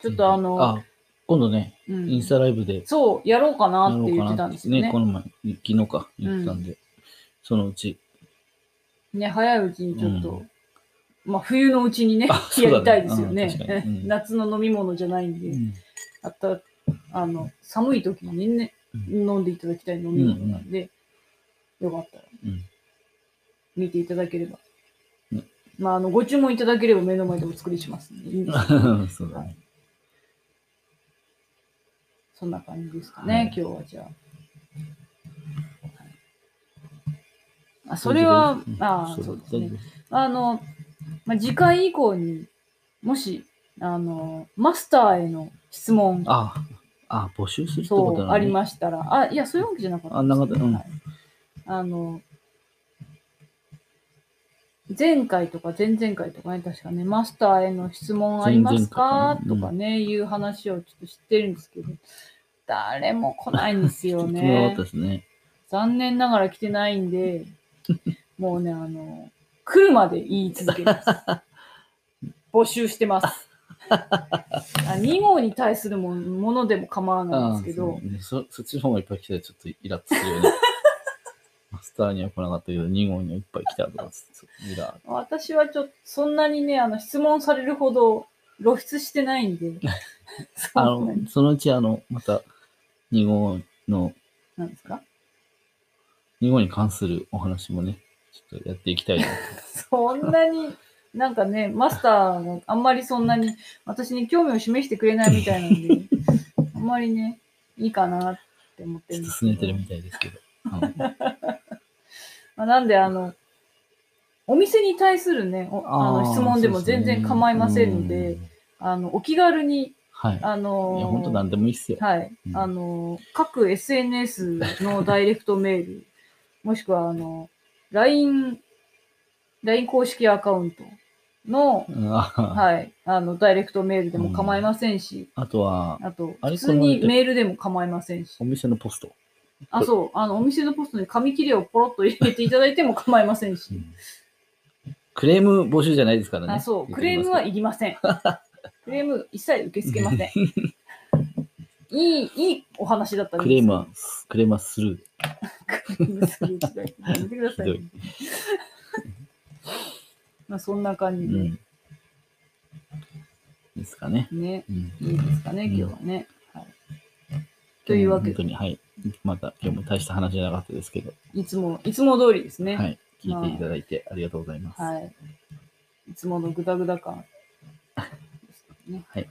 Speaker 2: ちょっとあ
Speaker 1: う
Speaker 2: の、
Speaker 1: んあ今度ね、
Speaker 2: うん
Speaker 1: インスタライブで
Speaker 2: そう、やろうかな
Speaker 1: や
Speaker 2: っ
Speaker 1: ろ
Speaker 2: て
Speaker 1: う
Speaker 2: 言っ
Speaker 1: か
Speaker 2: てた
Speaker 1: なんっ
Speaker 2: で
Speaker 1: て
Speaker 2: すよ
Speaker 1: ね、
Speaker 2: ね
Speaker 1: こ。の前、昨日か、言ってたんで、そのうち、
Speaker 2: ね、早いうちにちょっと、まあ冬のうちにね、
Speaker 1: あそうだね
Speaker 2: やりたいですよ
Speaker 1: うん確か
Speaker 2: ね。
Speaker 1: にうん
Speaker 2: 夏の飲み物じゃないんで、
Speaker 1: うん
Speaker 2: あった、あの、寒い時にね、
Speaker 1: う
Speaker 2: 飲んでいただきたい飲み物なんで、よかったら
Speaker 1: うん
Speaker 2: 見ていただければ。
Speaker 1: ね
Speaker 2: まあ、あの、ご注文いただければ目の前でお作りしますんで、 いいんです
Speaker 1: そうだね。
Speaker 2: そんな感じですか
Speaker 1: はい
Speaker 2: ね、今日はじゃあ。はいそれは、
Speaker 1: うん
Speaker 2: ああ、そうで
Speaker 1: 大
Speaker 2: す
Speaker 1: 丈
Speaker 2: ね
Speaker 1: 夫。
Speaker 2: あの、まあ、次回以降に、もし、あの、マスターへの質問、
Speaker 1: ああ、ああ募集するってこ
Speaker 2: そ
Speaker 1: となの、
Speaker 2: う、
Speaker 1: ね、
Speaker 2: ありましたら、あ、いや、そういうわけじゃなかった
Speaker 1: あ
Speaker 2: です
Speaker 1: なかったうん
Speaker 2: はいあの、前回とか前々回とかね、確かね、マスターへの質問ありますか
Speaker 1: 前々回かなう
Speaker 2: と
Speaker 1: ん
Speaker 2: かね、いう話をちょっと知ってるんですけど、誰も来ないんですよ
Speaker 1: 質問なかっ
Speaker 2: ね
Speaker 1: た。ですね。
Speaker 2: 残念ながら来てないんで、もうね、あの、来るまで言い続けます。募集してます。あ2号に対するもものでも構わないんですけ
Speaker 1: ああ
Speaker 2: ど
Speaker 1: そう、ねそ、そっちの方がいっぱい来たらちょっとイラッとするよ ね。マスターには来なかったけど、2号にはいっぱい来たとか、イラー
Speaker 2: 私はちょっと、そんなにね、あの、質問されるほど露出してないんで、
Speaker 1: あ
Speaker 2: そう
Speaker 1: の、そのうちあの、また2号の、
Speaker 2: なんですか
Speaker 1: 2号に関するお話もね、ちょっとやっていきたいな。
Speaker 2: そんなに、なんかね、マスターがあんまりそんなに、私に興味を示してくれないみたいなんで、あんまりね、いいかなって思って
Speaker 1: ちょっ
Speaker 2: るんで
Speaker 1: と
Speaker 2: す
Speaker 1: 拗ねてるみたいですけど。うん
Speaker 2: まあ、なんで、あの、お店に対するね、おあの質問でも全然構いませんの。
Speaker 1: そうす
Speaker 2: で、
Speaker 1: ねうん
Speaker 2: あの、お気軽に、
Speaker 1: はい。い
Speaker 2: あの
Speaker 1: や、本当なんでもいいっすよ。
Speaker 2: はい、
Speaker 1: うん
Speaker 2: あの、各 SNS のダイレクトメール、 もしくは、あの、LINE、LINE 公式アカウントの、
Speaker 1: うんあ
Speaker 2: はい、あの、ダイレクトメールでも構いませんし、
Speaker 1: あとは、
Speaker 2: あと、
Speaker 1: あれ
Speaker 2: 普通
Speaker 1: こ
Speaker 2: に
Speaker 1: の
Speaker 2: メールでも構いませんし
Speaker 1: お、店のポスト。
Speaker 2: あ、そう、あの、お店のポストに紙切れをポロッと入れていただいても構いませんし、
Speaker 1: クレーム募集じゃないですからね。
Speaker 2: あ、そ
Speaker 1: 言
Speaker 2: う。ク
Speaker 1: っとき
Speaker 2: レー
Speaker 1: ますけ
Speaker 2: ム
Speaker 1: ど
Speaker 2: はいりません。クレーム一切受け付けま せん。いい、いいお話だったんです
Speaker 1: ク レームは、クレームはスルーで。
Speaker 2: クレームする時代やめてくださいね、
Speaker 1: ひ
Speaker 2: まあそんな感
Speaker 1: う
Speaker 2: じで、
Speaker 1: ん。ですかね。
Speaker 2: ね、
Speaker 1: うん。
Speaker 2: いいですかね、今日はね。はい、というわけ
Speaker 1: 本当
Speaker 2: で、
Speaker 1: に、はい。また今日も大した話じゃなかったですけど、
Speaker 2: いつも、いつも通りですね。
Speaker 1: は
Speaker 2: はい。
Speaker 1: い。聞いていただいてありがとうございます。
Speaker 2: い、つものグダグダ感。ね
Speaker 1: はい、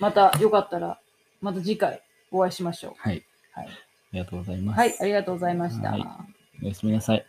Speaker 2: また、よかったら、また次回お会いしましょ
Speaker 1: はい。
Speaker 2: はい。
Speaker 1: ありがとうございうます。
Speaker 2: はい、ありがとうございました。
Speaker 1: はいおやすみなさい。